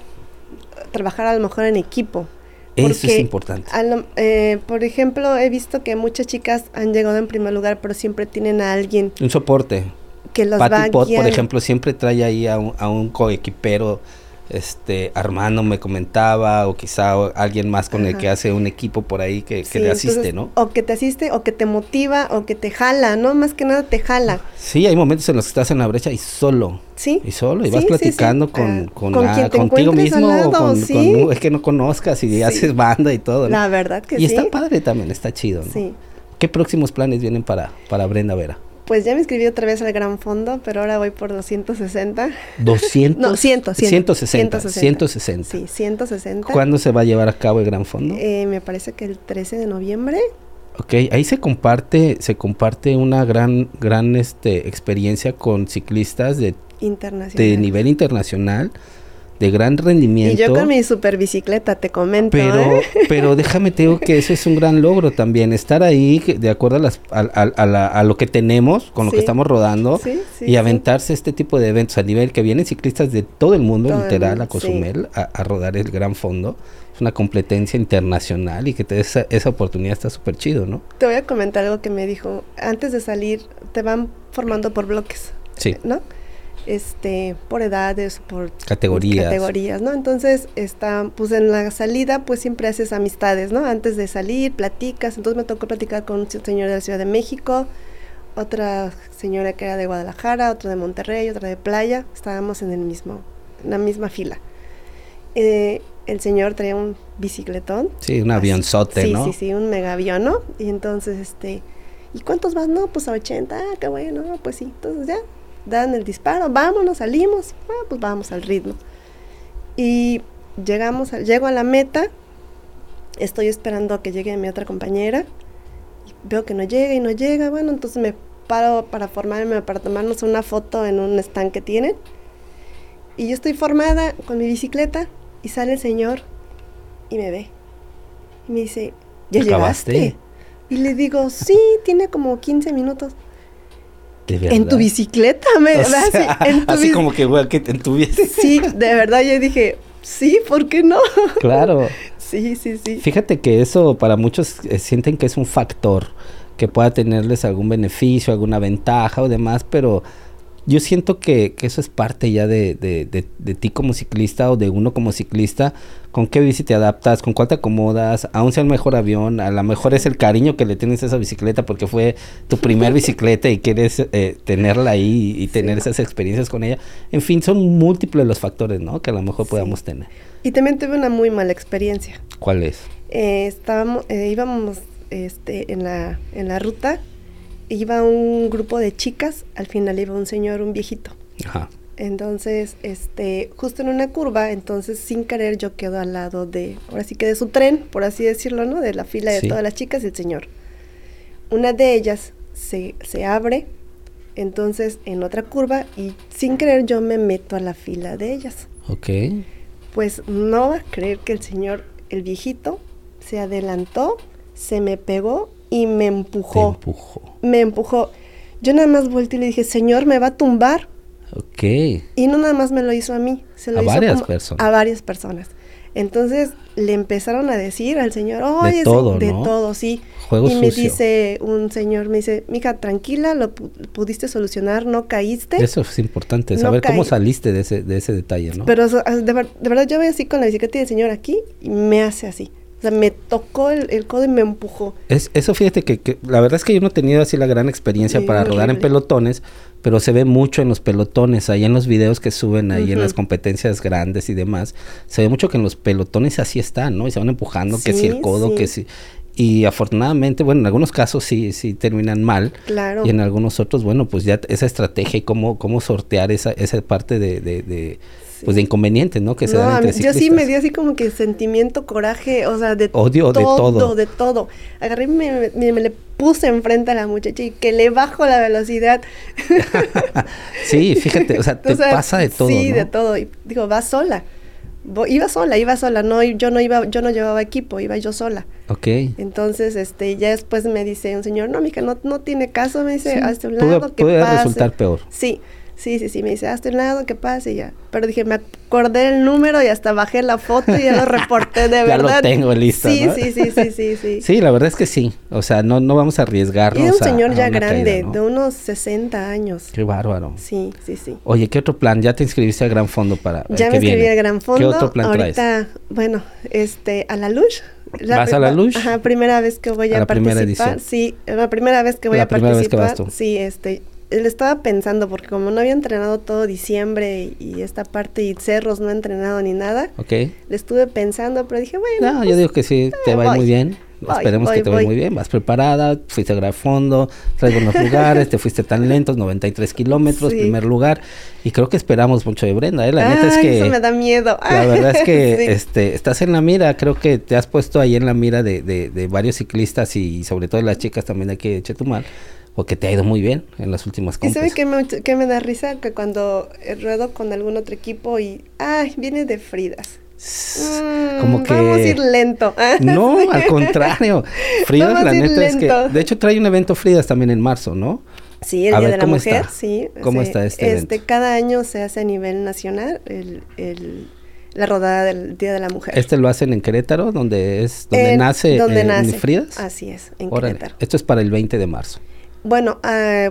Speaker 3: trabajar a lo mejor en equipo.
Speaker 1: Eso es
Speaker 3: porque
Speaker 1: importante.
Speaker 3: a lo- eh, por ejemplo, he visto que muchas chicas han llegado en primer lugar, pero siempre tienen a alguien
Speaker 1: Un soporte.
Speaker 3: que los va
Speaker 1: Patty Pot, por
Speaker 3: guiando.
Speaker 1: ejemplo, siempre trae ahí a un, a un coequipero. Este, Armando me comentaba, o quizá o- alguien más con el
Speaker 3: Ajá.
Speaker 1: que hace un equipo por ahí que, que
Speaker 3: Sí,
Speaker 1: le asiste,
Speaker 3: entonces,
Speaker 1: ¿no?
Speaker 3: O que te asiste, o que te motiva, o que te jala, ¿no? Más que nada te jala,
Speaker 1: Sí, hay momentos en los que estás en la brecha y solo.
Speaker 3: ¿sí?
Speaker 1: Y solo, y
Speaker 3: Sí,
Speaker 1: vas
Speaker 3: sí, sí.
Speaker 1: platicando
Speaker 3: Ah,
Speaker 1: con, con, ah,
Speaker 3: quien te
Speaker 1: contigo
Speaker 3: encuentres al
Speaker 1: mismo, o
Speaker 3: lado,
Speaker 1: con,
Speaker 3: sí.
Speaker 1: con un- es que no conozcas y
Speaker 3: Sí.
Speaker 1: haces banda y todo. ¿no?
Speaker 3: La verdad que
Speaker 1: Y
Speaker 3: sí.
Speaker 1: está padre también, está chido. ¿no?
Speaker 3: Sí.
Speaker 1: ¿Qué próximos planes vienen para, para Brenda Vera?
Speaker 3: Pues ya me inscribí otra vez al Gran Fondo, pero ahora voy por 260.
Speaker 1: 200.
Speaker 3: [laughs] No, 100, 100.
Speaker 1: 160. 160.
Speaker 3: Sí, 160.
Speaker 1: ¿Cuándo se va a llevar a cabo el gran fondo?
Speaker 3: Eh, me parece que el 13 de noviembre.
Speaker 1: Ok, ahí se comparte, se comparte una gran, gran este, experiencia con ciclistas de,
Speaker 3: Internacional.
Speaker 1: de nivel internacional, de gran
Speaker 3: y
Speaker 1: rendimiento.
Speaker 3: yo con mi super bicicleta, te comento.
Speaker 1: pero,
Speaker 3: ¿eh? [laughs]
Speaker 1: pero déjame te digo que eso es un gran logro también, estar ahí que- de acuerdo a, las, a, a- a la- a lo que tenemos, con lo que
Speaker 3: Sí.
Speaker 1: estamos rodando,
Speaker 3: Sí, sí,
Speaker 1: y
Speaker 3: sí.
Speaker 1: aventarse este tipo de eventos a nivel que vienen ciclistas de todo el mundo,
Speaker 3: Todo el
Speaker 1: literal,
Speaker 3: mundo,
Speaker 1: a Cozumel, a, a rodar el gran fondo. Es una competencia internacional y que te dé esa, esa oportunidad está súper chido, ¿no?
Speaker 3: Te voy a comentar algo que me dijo. Antes de salir, te van formando por bloques.
Speaker 1: Sí.
Speaker 3: ¿no? Este, por edades, por
Speaker 1: Categorías.
Speaker 3: categorías, ¿no? Entonces, está, pues en la salida, pues siempre haces amistades, ¿no? Antes de salir, platicas. Entonces me tocó platicar con un ci- señor de la Ciudad de México, otra señora que era de Guadalajara, otra de Monterrey, otra de Playa. Estábamos en el mismo, en la misma fila. Eh, el señor traía un bicicletón.
Speaker 1: Sí, un avionzote,
Speaker 3: sí,
Speaker 1: ¿no?
Speaker 3: Sí, sí, un mega avión, ¿no? Y entonces, este, ¿y cuántos vas? No, pues a 80, ah, qué bueno, ah, pues sí. Entonces ya, dan el disparo, vámonos, salimos, ah, pues vamos al ritmo. Y llegamos, a- llego a la meta, estoy esperando a que llegue mi otra compañera, y veo que no llega y no llega, bueno, entonces me paro para formarme, para tomarnos una foto en un stand que tienen. Y yo estoy formada con mi bicicleta y sale el señor y me ve. Y me dice, ¿ya
Speaker 1: ¿Acabaste?
Speaker 3: llegaste? Y le digo, sí, tiene como 15 minutos.
Speaker 1: De
Speaker 3: En tu
Speaker 1: verdad.
Speaker 3: bicicleta, me
Speaker 1: O
Speaker 3: así,
Speaker 1: sea,
Speaker 3: en tu
Speaker 1: así
Speaker 3: bici-
Speaker 1: como que, güey, que te entubiese.
Speaker 3: Sí, de verdad yo dije, sí, ¿por qué no? [laughs]
Speaker 1: Claro.
Speaker 3: Sí, sí, sí.
Speaker 1: Fíjate que eso para muchos eh, sienten que es un factor que pueda tenerles algún beneficio, alguna ventaja o demás, pero yo siento que, que eso es parte ya de, de- de- de ti como ciclista o de uno como ciclista, con qué bici te adaptas, con cuál te acomodas, aún sea el mejor avión, a lo mejor es el cariño que le tienes a esa bicicleta porque fue tu primer bicicleta y quieres eh, tenerla ahí y, y tener esas experiencias con ella. En fin, son múltiples los factores, ¿no? Que a lo mejor
Speaker 3: Sí.
Speaker 1: podamos tener.
Speaker 3: Y también tuve una muy mala experiencia.
Speaker 1: ¿Cuál es?
Speaker 3: Eh, estábamos, eh, íbamos este, en, la, en la ruta, iba un grupo de chicas, al final iba un señor, un viejito.
Speaker 1: Ajá.
Speaker 3: Entonces, este, justo en una curva, entonces sin querer yo quedo al lado de, ahora sí que de su tren, por así decirlo, ¿no? De la fila de
Speaker 1: Sí.
Speaker 3: todas las chicas y el señor. Una de ellas se, se abre, entonces en otra curva y sin querer yo me meto a la fila de ellas.
Speaker 1: Ok.
Speaker 3: Pues no vas a creer que el señor, el viejito, se adelantó, se me pegó y me
Speaker 1: Te
Speaker 3: empujó.
Speaker 1: empujó.
Speaker 3: me empujó. Yo nada más volteé y le dije, señor, me va a tumbar.
Speaker 1: Ok.
Speaker 3: Y no nada más me lo hizo a mí, se lo
Speaker 1: A
Speaker 3: hizo
Speaker 1: varias
Speaker 3: como-
Speaker 1: personas.
Speaker 3: a varias personas. Entonces le empezaron a decir al señor, oye, se-
Speaker 1: todo,
Speaker 3: de
Speaker 1: ¿no?
Speaker 3: todo, sí.
Speaker 1: Juego
Speaker 3: y me
Speaker 1: sucio.
Speaker 3: dice un señor, me dice, mija, tranquila, lo pu- pudiste solucionar, no caíste.
Speaker 1: Eso es importante,
Speaker 3: No
Speaker 1: saber cómo
Speaker 3: caí.
Speaker 1: saliste de ese, de ese detalle, ¿no?
Speaker 3: Pero o sea, ah, de, ver- de verdad yo voy así con la bicicleta del señor aquí y me hace así. O sea, me tocó el, el codo y me empujó.
Speaker 1: Es, eso fíjate que, que la verdad es que yo no he tenido así la gran experiencia
Speaker 3: Sí,
Speaker 1: para rodar en
Speaker 3: horrible.
Speaker 1: pelotones, pero se ve mucho en los pelotones, ahí en los videos que suben, ahí en
Speaker 3: Ujú.
Speaker 1: las competencias grandes y demás, se ve mucho que en los pelotones así están, ¿no? Y se van empujando, que si
Speaker 3: Sí,
Speaker 1: el codo, que si...
Speaker 3: sí.
Speaker 1: Y afortunadamente, bueno, en algunos casos sí, sí terminan mal.
Speaker 3: Claro.
Speaker 1: Y en algunos otros, bueno, pues ya t- esa estrategia y cómo, cómo sortear esa, esa parte de, de, de, pues de inconvenientes, ¿no? Que se
Speaker 3: No,
Speaker 1: dan
Speaker 3: a mí-
Speaker 1: entre
Speaker 3: yo sí me
Speaker 1: ciclistas.
Speaker 3: dio así como que sentimiento, coraje, o sea, de
Speaker 1: Odio de
Speaker 3: todo,
Speaker 1: todo.
Speaker 3: de todo. Agarré y me, me- me le puse enfrente a la muchacha y que le bajo la velocidad.
Speaker 1: [laughs] Sí, fíjate, o sea,
Speaker 3: [laughs]
Speaker 1: te
Speaker 3: O sea,
Speaker 1: pasa de todo,
Speaker 3: Sí,
Speaker 1: ¿no?
Speaker 3: de todo. Y digo, va sola. Vo- iba sola, iba sola. No, yo no iba, yo no llevaba equipo, iba yo sola.
Speaker 1: Ok.
Speaker 3: Entonces, este, ya después me dice un señor, no, mija, no, no tiene caso, me dice, hazte un
Speaker 1: puede-
Speaker 3: Este lado, que
Speaker 1: puede
Speaker 3: pase.
Speaker 1: resultar peor.
Speaker 3: Sí, sí, sí, sí, me dice, hazte un lado, que pase y ya. Pero dije, me acordé el número y hasta bajé la foto y ya lo reporté de
Speaker 1: [laughs] Ya
Speaker 3: verdad.
Speaker 1: lo tengo listo,
Speaker 3: Sí,
Speaker 1: ¿no?
Speaker 3: sí, sí, sí, sí, sí.
Speaker 1: Sí, la verdad es que sí. O sea, no, no vamos a arriesgarnos.
Speaker 3: y era un
Speaker 1: a-
Speaker 3: señor
Speaker 1: a
Speaker 3: ya
Speaker 1: una
Speaker 3: grande,
Speaker 1: caída, ¿no?
Speaker 3: de unos 60 años.
Speaker 1: Qué bárbaro.
Speaker 3: Sí, sí, sí.
Speaker 1: Oye, ¿qué otro plan? Ya te inscribiste al Gran Fondo para. el
Speaker 3: Ya
Speaker 1: que
Speaker 3: me inscribí
Speaker 1: viene.
Speaker 3: al Gran Fondo.
Speaker 1: ¿Qué otro plan
Speaker 3: Ahorita,
Speaker 1: traes?
Speaker 3: bueno, este, a la luz.
Speaker 1: ¿Vas a la Lush?
Speaker 3: Ajá, primera vez que voy
Speaker 1: A
Speaker 3: a,
Speaker 1: la primera
Speaker 3: participar.
Speaker 1: edición.
Speaker 3: Sí, es la primera vez que voy
Speaker 1: La
Speaker 3: a
Speaker 1: primera vez que
Speaker 3: participar.
Speaker 1: vas tú.
Speaker 3: Sí, este, le estaba pensando porque como no había entrenado todo diciembre y, y esta parte y cerros no he entrenado ni nada,
Speaker 1: Ok.
Speaker 3: le estuve pensando, pero dije, bueno,
Speaker 1: No, yo digo que sí, te
Speaker 3: eh,
Speaker 1: va a ir
Speaker 3: voy.
Speaker 1: muy bien.
Speaker 3: Voy,
Speaker 1: Esperemos que
Speaker 3: voy,
Speaker 1: te vaya
Speaker 3: voy.
Speaker 1: muy bien. Vas preparada, fuiste a Gran Fondo, traes
Speaker 3: [laughs]
Speaker 1: buenos lugares, te fuiste tan lentos, 93 kilómetros,
Speaker 3: Sí.
Speaker 1: primer lugar. Y creo que esperamos mucho de Brenda, ¿eh? La neta es
Speaker 3: ay,
Speaker 1: que.
Speaker 3: eso me da miedo.
Speaker 1: La
Speaker 3: [laughs]
Speaker 1: verdad es que
Speaker 3: Sí.
Speaker 1: este, estás en la mira, creo que te has puesto ahí en la mira de, de- de varios ciclistas y sobre todo de las chicas también de aquí de Chetumal, porque te ha ido muy bien en las últimas
Speaker 3: Y sabe
Speaker 1: compras.
Speaker 3: que me, que me da risa que cuando eh, ruedo con algún otro equipo y, ay, viene de Fridas.
Speaker 1: S-
Speaker 3: Mm,
Speaker 1: Como que...
Speaker 3: Vamos a ir lento. [laughs] Ah,
Speaker 1: No, al contrario. Fridas,
Speaker 3: Vamos
Speaker 1: la
Speaker 3: a ir
Speaker 1: neta es que...
Speaker 3: lento.
Speaker 1: De hecho, trae un evento Fridas también en marzo, ¿no?
Speaker 3: [laughs] Sí, el
Speaker 1: A
Speaker 3: Día
Speaker 1: ver,
Speaker 3: de la
Speaker 1: ¿cómo
Speaker 3: Mujer,
Speaker 1: está?
Speaker 3: sí.
Speaker 1: ¿Cómo
Speaker 3: sí.
Speaker 1: está este
Speaker 3: Este,
Speaker 1: evento?
Speaker 3: cada año se hace a nivel nacional el, el- la rodada del Día de la Mujer.
Speaker 1: Este lo hacen en Querétaro, donde es... Donde
Speaker 3: En-
Speaker 1: nace,
Speaker 3: donde
Speaker 1: eh,
Speaker 3: nace.
Speaker 1: Fridas.
Speaker 3: Así es, en
Speaker 1: Órale,
Speaker 3: Querétaro.
Speaker 1: Esto es para el 20 de marzo.
Speaker 3: Bueno, ah,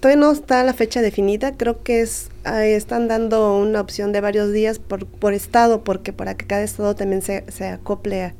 Speaker 3: todavía no está la fecha definida. Creo que es ah, están dando una opción de varios días por, por estado, porque para que cada estado también se, se acople a,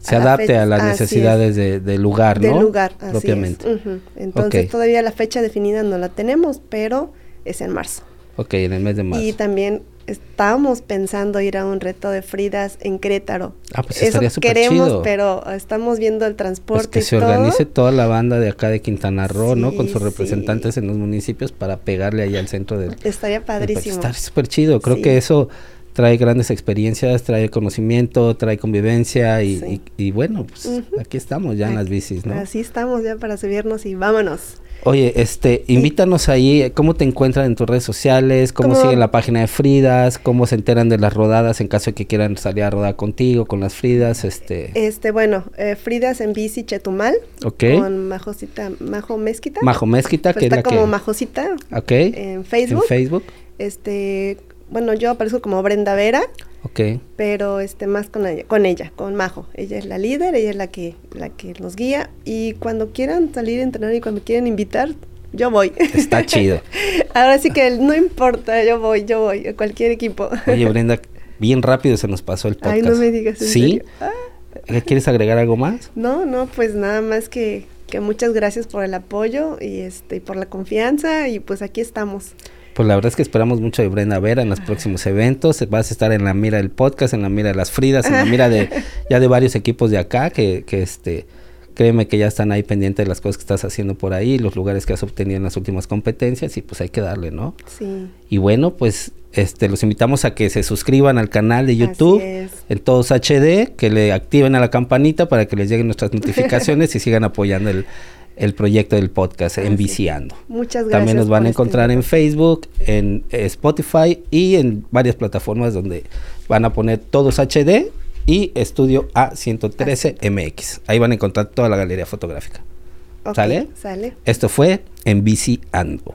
Speaker 1: Se
Speaker 3: a la
Speaker 1: adapte
Speaker 3: fecha.
Speaker 1: a las
Speaker 3: Así es.
Speaker 1: necesidades de- del lugar, ¿no?
Speaker 3: del lugar. Así es.
Speaker 1: Propiamente.
Speaker 3: Ujú. Entonces,
Speaker 1: Ok.
Speaker 3: todavía la fecha definida no la tenemos, pero es en marzo.
Speaker 1: Ok, en el mes de marzo.
Speaker 3: Y también estábamos pensando ir a un reto de Fridas en Querétaro.
Speaker 1: Ah, pues
Speaker 3: Eso
Speaker 1: estaría súper
Speaker 3: queremos,
Speaker 1: chido.
Speaker 3: pero estamos viendo el
Speaker 1: Pues
Speaker 3: transporte
Speaker 1: que
Speaker 3: y
Speaker 1: se
Speaker 3: todo.
Speaker 1: organice toda la banda de acá de Quintana Roo, ¿no? Con
Speaker 3: Sí,
Speaker 1: sus
Speaker 3: sí.
Speaker 1: representantes en los municipios para pegarle ahí al centro del... del
Speaker 3: Estaría
Speaker 1: país.
Speaker 3: padrísimo.
Speaker 1: Está súper chido. Creo
Speaker 3: Sí.
Speaker 1: que eso trae grandes experiencias, trae conocimiento, trae convivencia y,
Speaker 3: Sí.
Speaker 1: y- y bueno, pues
Speaker 3: Ujú.
Speaker 1: aquí estamos ya en las
Speaker 3: Aquí-
Speaker 1: bicis, ¿no?
Speaker 3: Así estamos ya para subirnos y vámonos.
Speaker 1: Oye, este, invítanos ahí, eh, ¿cómo te encuentran en tus redes sociales? ¿Cómo
Speaker 3: Como-
Speaker 1: siguen la página de Fridas? ¿Cómo se enteran de las rodadas en caso de que quieran salir a rodar contigo, con las Fridas? Este,
Speaker 3: Este, bueno, eh, Fridas en bici Chetumal
Speaker 1: ok.
Speaker 3: con Majosita, Majo Mezquita.
Speaker 1: Majo Mezquita,
Speaker 3: Pero
Speaker 1: que es
Speaker 3: está
Speaker 1: la
Speaker 3: como
Speaker 1: que...
Speaker 3: Majosita
Speaker 1: ok.
Speaker 3: en Facebook.
Speaker 1: En Facebook.
Speaker 3: Este, bueno, yo aparezco como Brenda Vera,
Speaker 1: Ok.
Speaker 3: pero este más con ella, con ella, con Majo. Ella es la líder, ella es la que la que nos guía y cuando quieran salir a entrenar y cuando quieran invitar, yo voy. [laughs]
Speaker 1: Está chido.
Speaker 3: Ahora sí que el- no importa, yo voy, yo voy, a cualquier equipo.
Speaker 1: Oye, Brenda, bien rápido se nos pasó el
Speaker 3: [laughs]
Speaker 1: podcast.
Speaker 3: Ay, no me digas. en
Speaker 1: ¿Sí?
Speaker 3: serio. Ah,
Speaker 1: ¿Eh, ¿Quieres agregar algo más?
Speaker 3: no, no, pues nada más que que muchas gracias por el apoyo y este y por la confianza y pues aquí estamos.
Speaker 1: Pues la verdad es que esperamos mucho de Brenda Vera en los próximos eventos. Vas a estar en la
Speaker 3: [laughs]
Speaker 1: mira del podcast, en la mira de las Fridas, en la mira de ya de varios equipos de acá que, que este Créeme que ya están ahí pendientes de las cosas que estás haciendo por ahí, los lugares que has obtenido en las últimas competencias y pues hay que darle, ¿no?
Speaker 3: Sí.
Speaker 1: Y bueno, pues este, los invitamos a que se suscriban al canal de YouTube
Speaker 3: Así es.
Speaker 1: en todos HD, que le activen a la campanita para que les
Speaker 3: [laughs]
Speaker 1: lleguen nuestras notificaciones y sigan apoyando el, el proyecto del podcast
Speaker 3: Así es.
Speaker 1: Enviciando.
Speaker 3: Muchas gracias.
Speaker 1: También nos van
Speaker 3: por
Speaker 1: a
Speaker 3: este
Speaker 1: encontrar en
Speaker 3: invitado.
Speaker 1: Facebook, en eh, Spotify y en varias plataformas donde van a poner todos HD y Estudio A113MX. Ahí van a encontrar toda la galería fotográfica.
Speaker 3: Ok,
Speaker 1: ¿Sale?
Speaker 3: Sale.
Speaker 1: Esto fue En Bici Ando.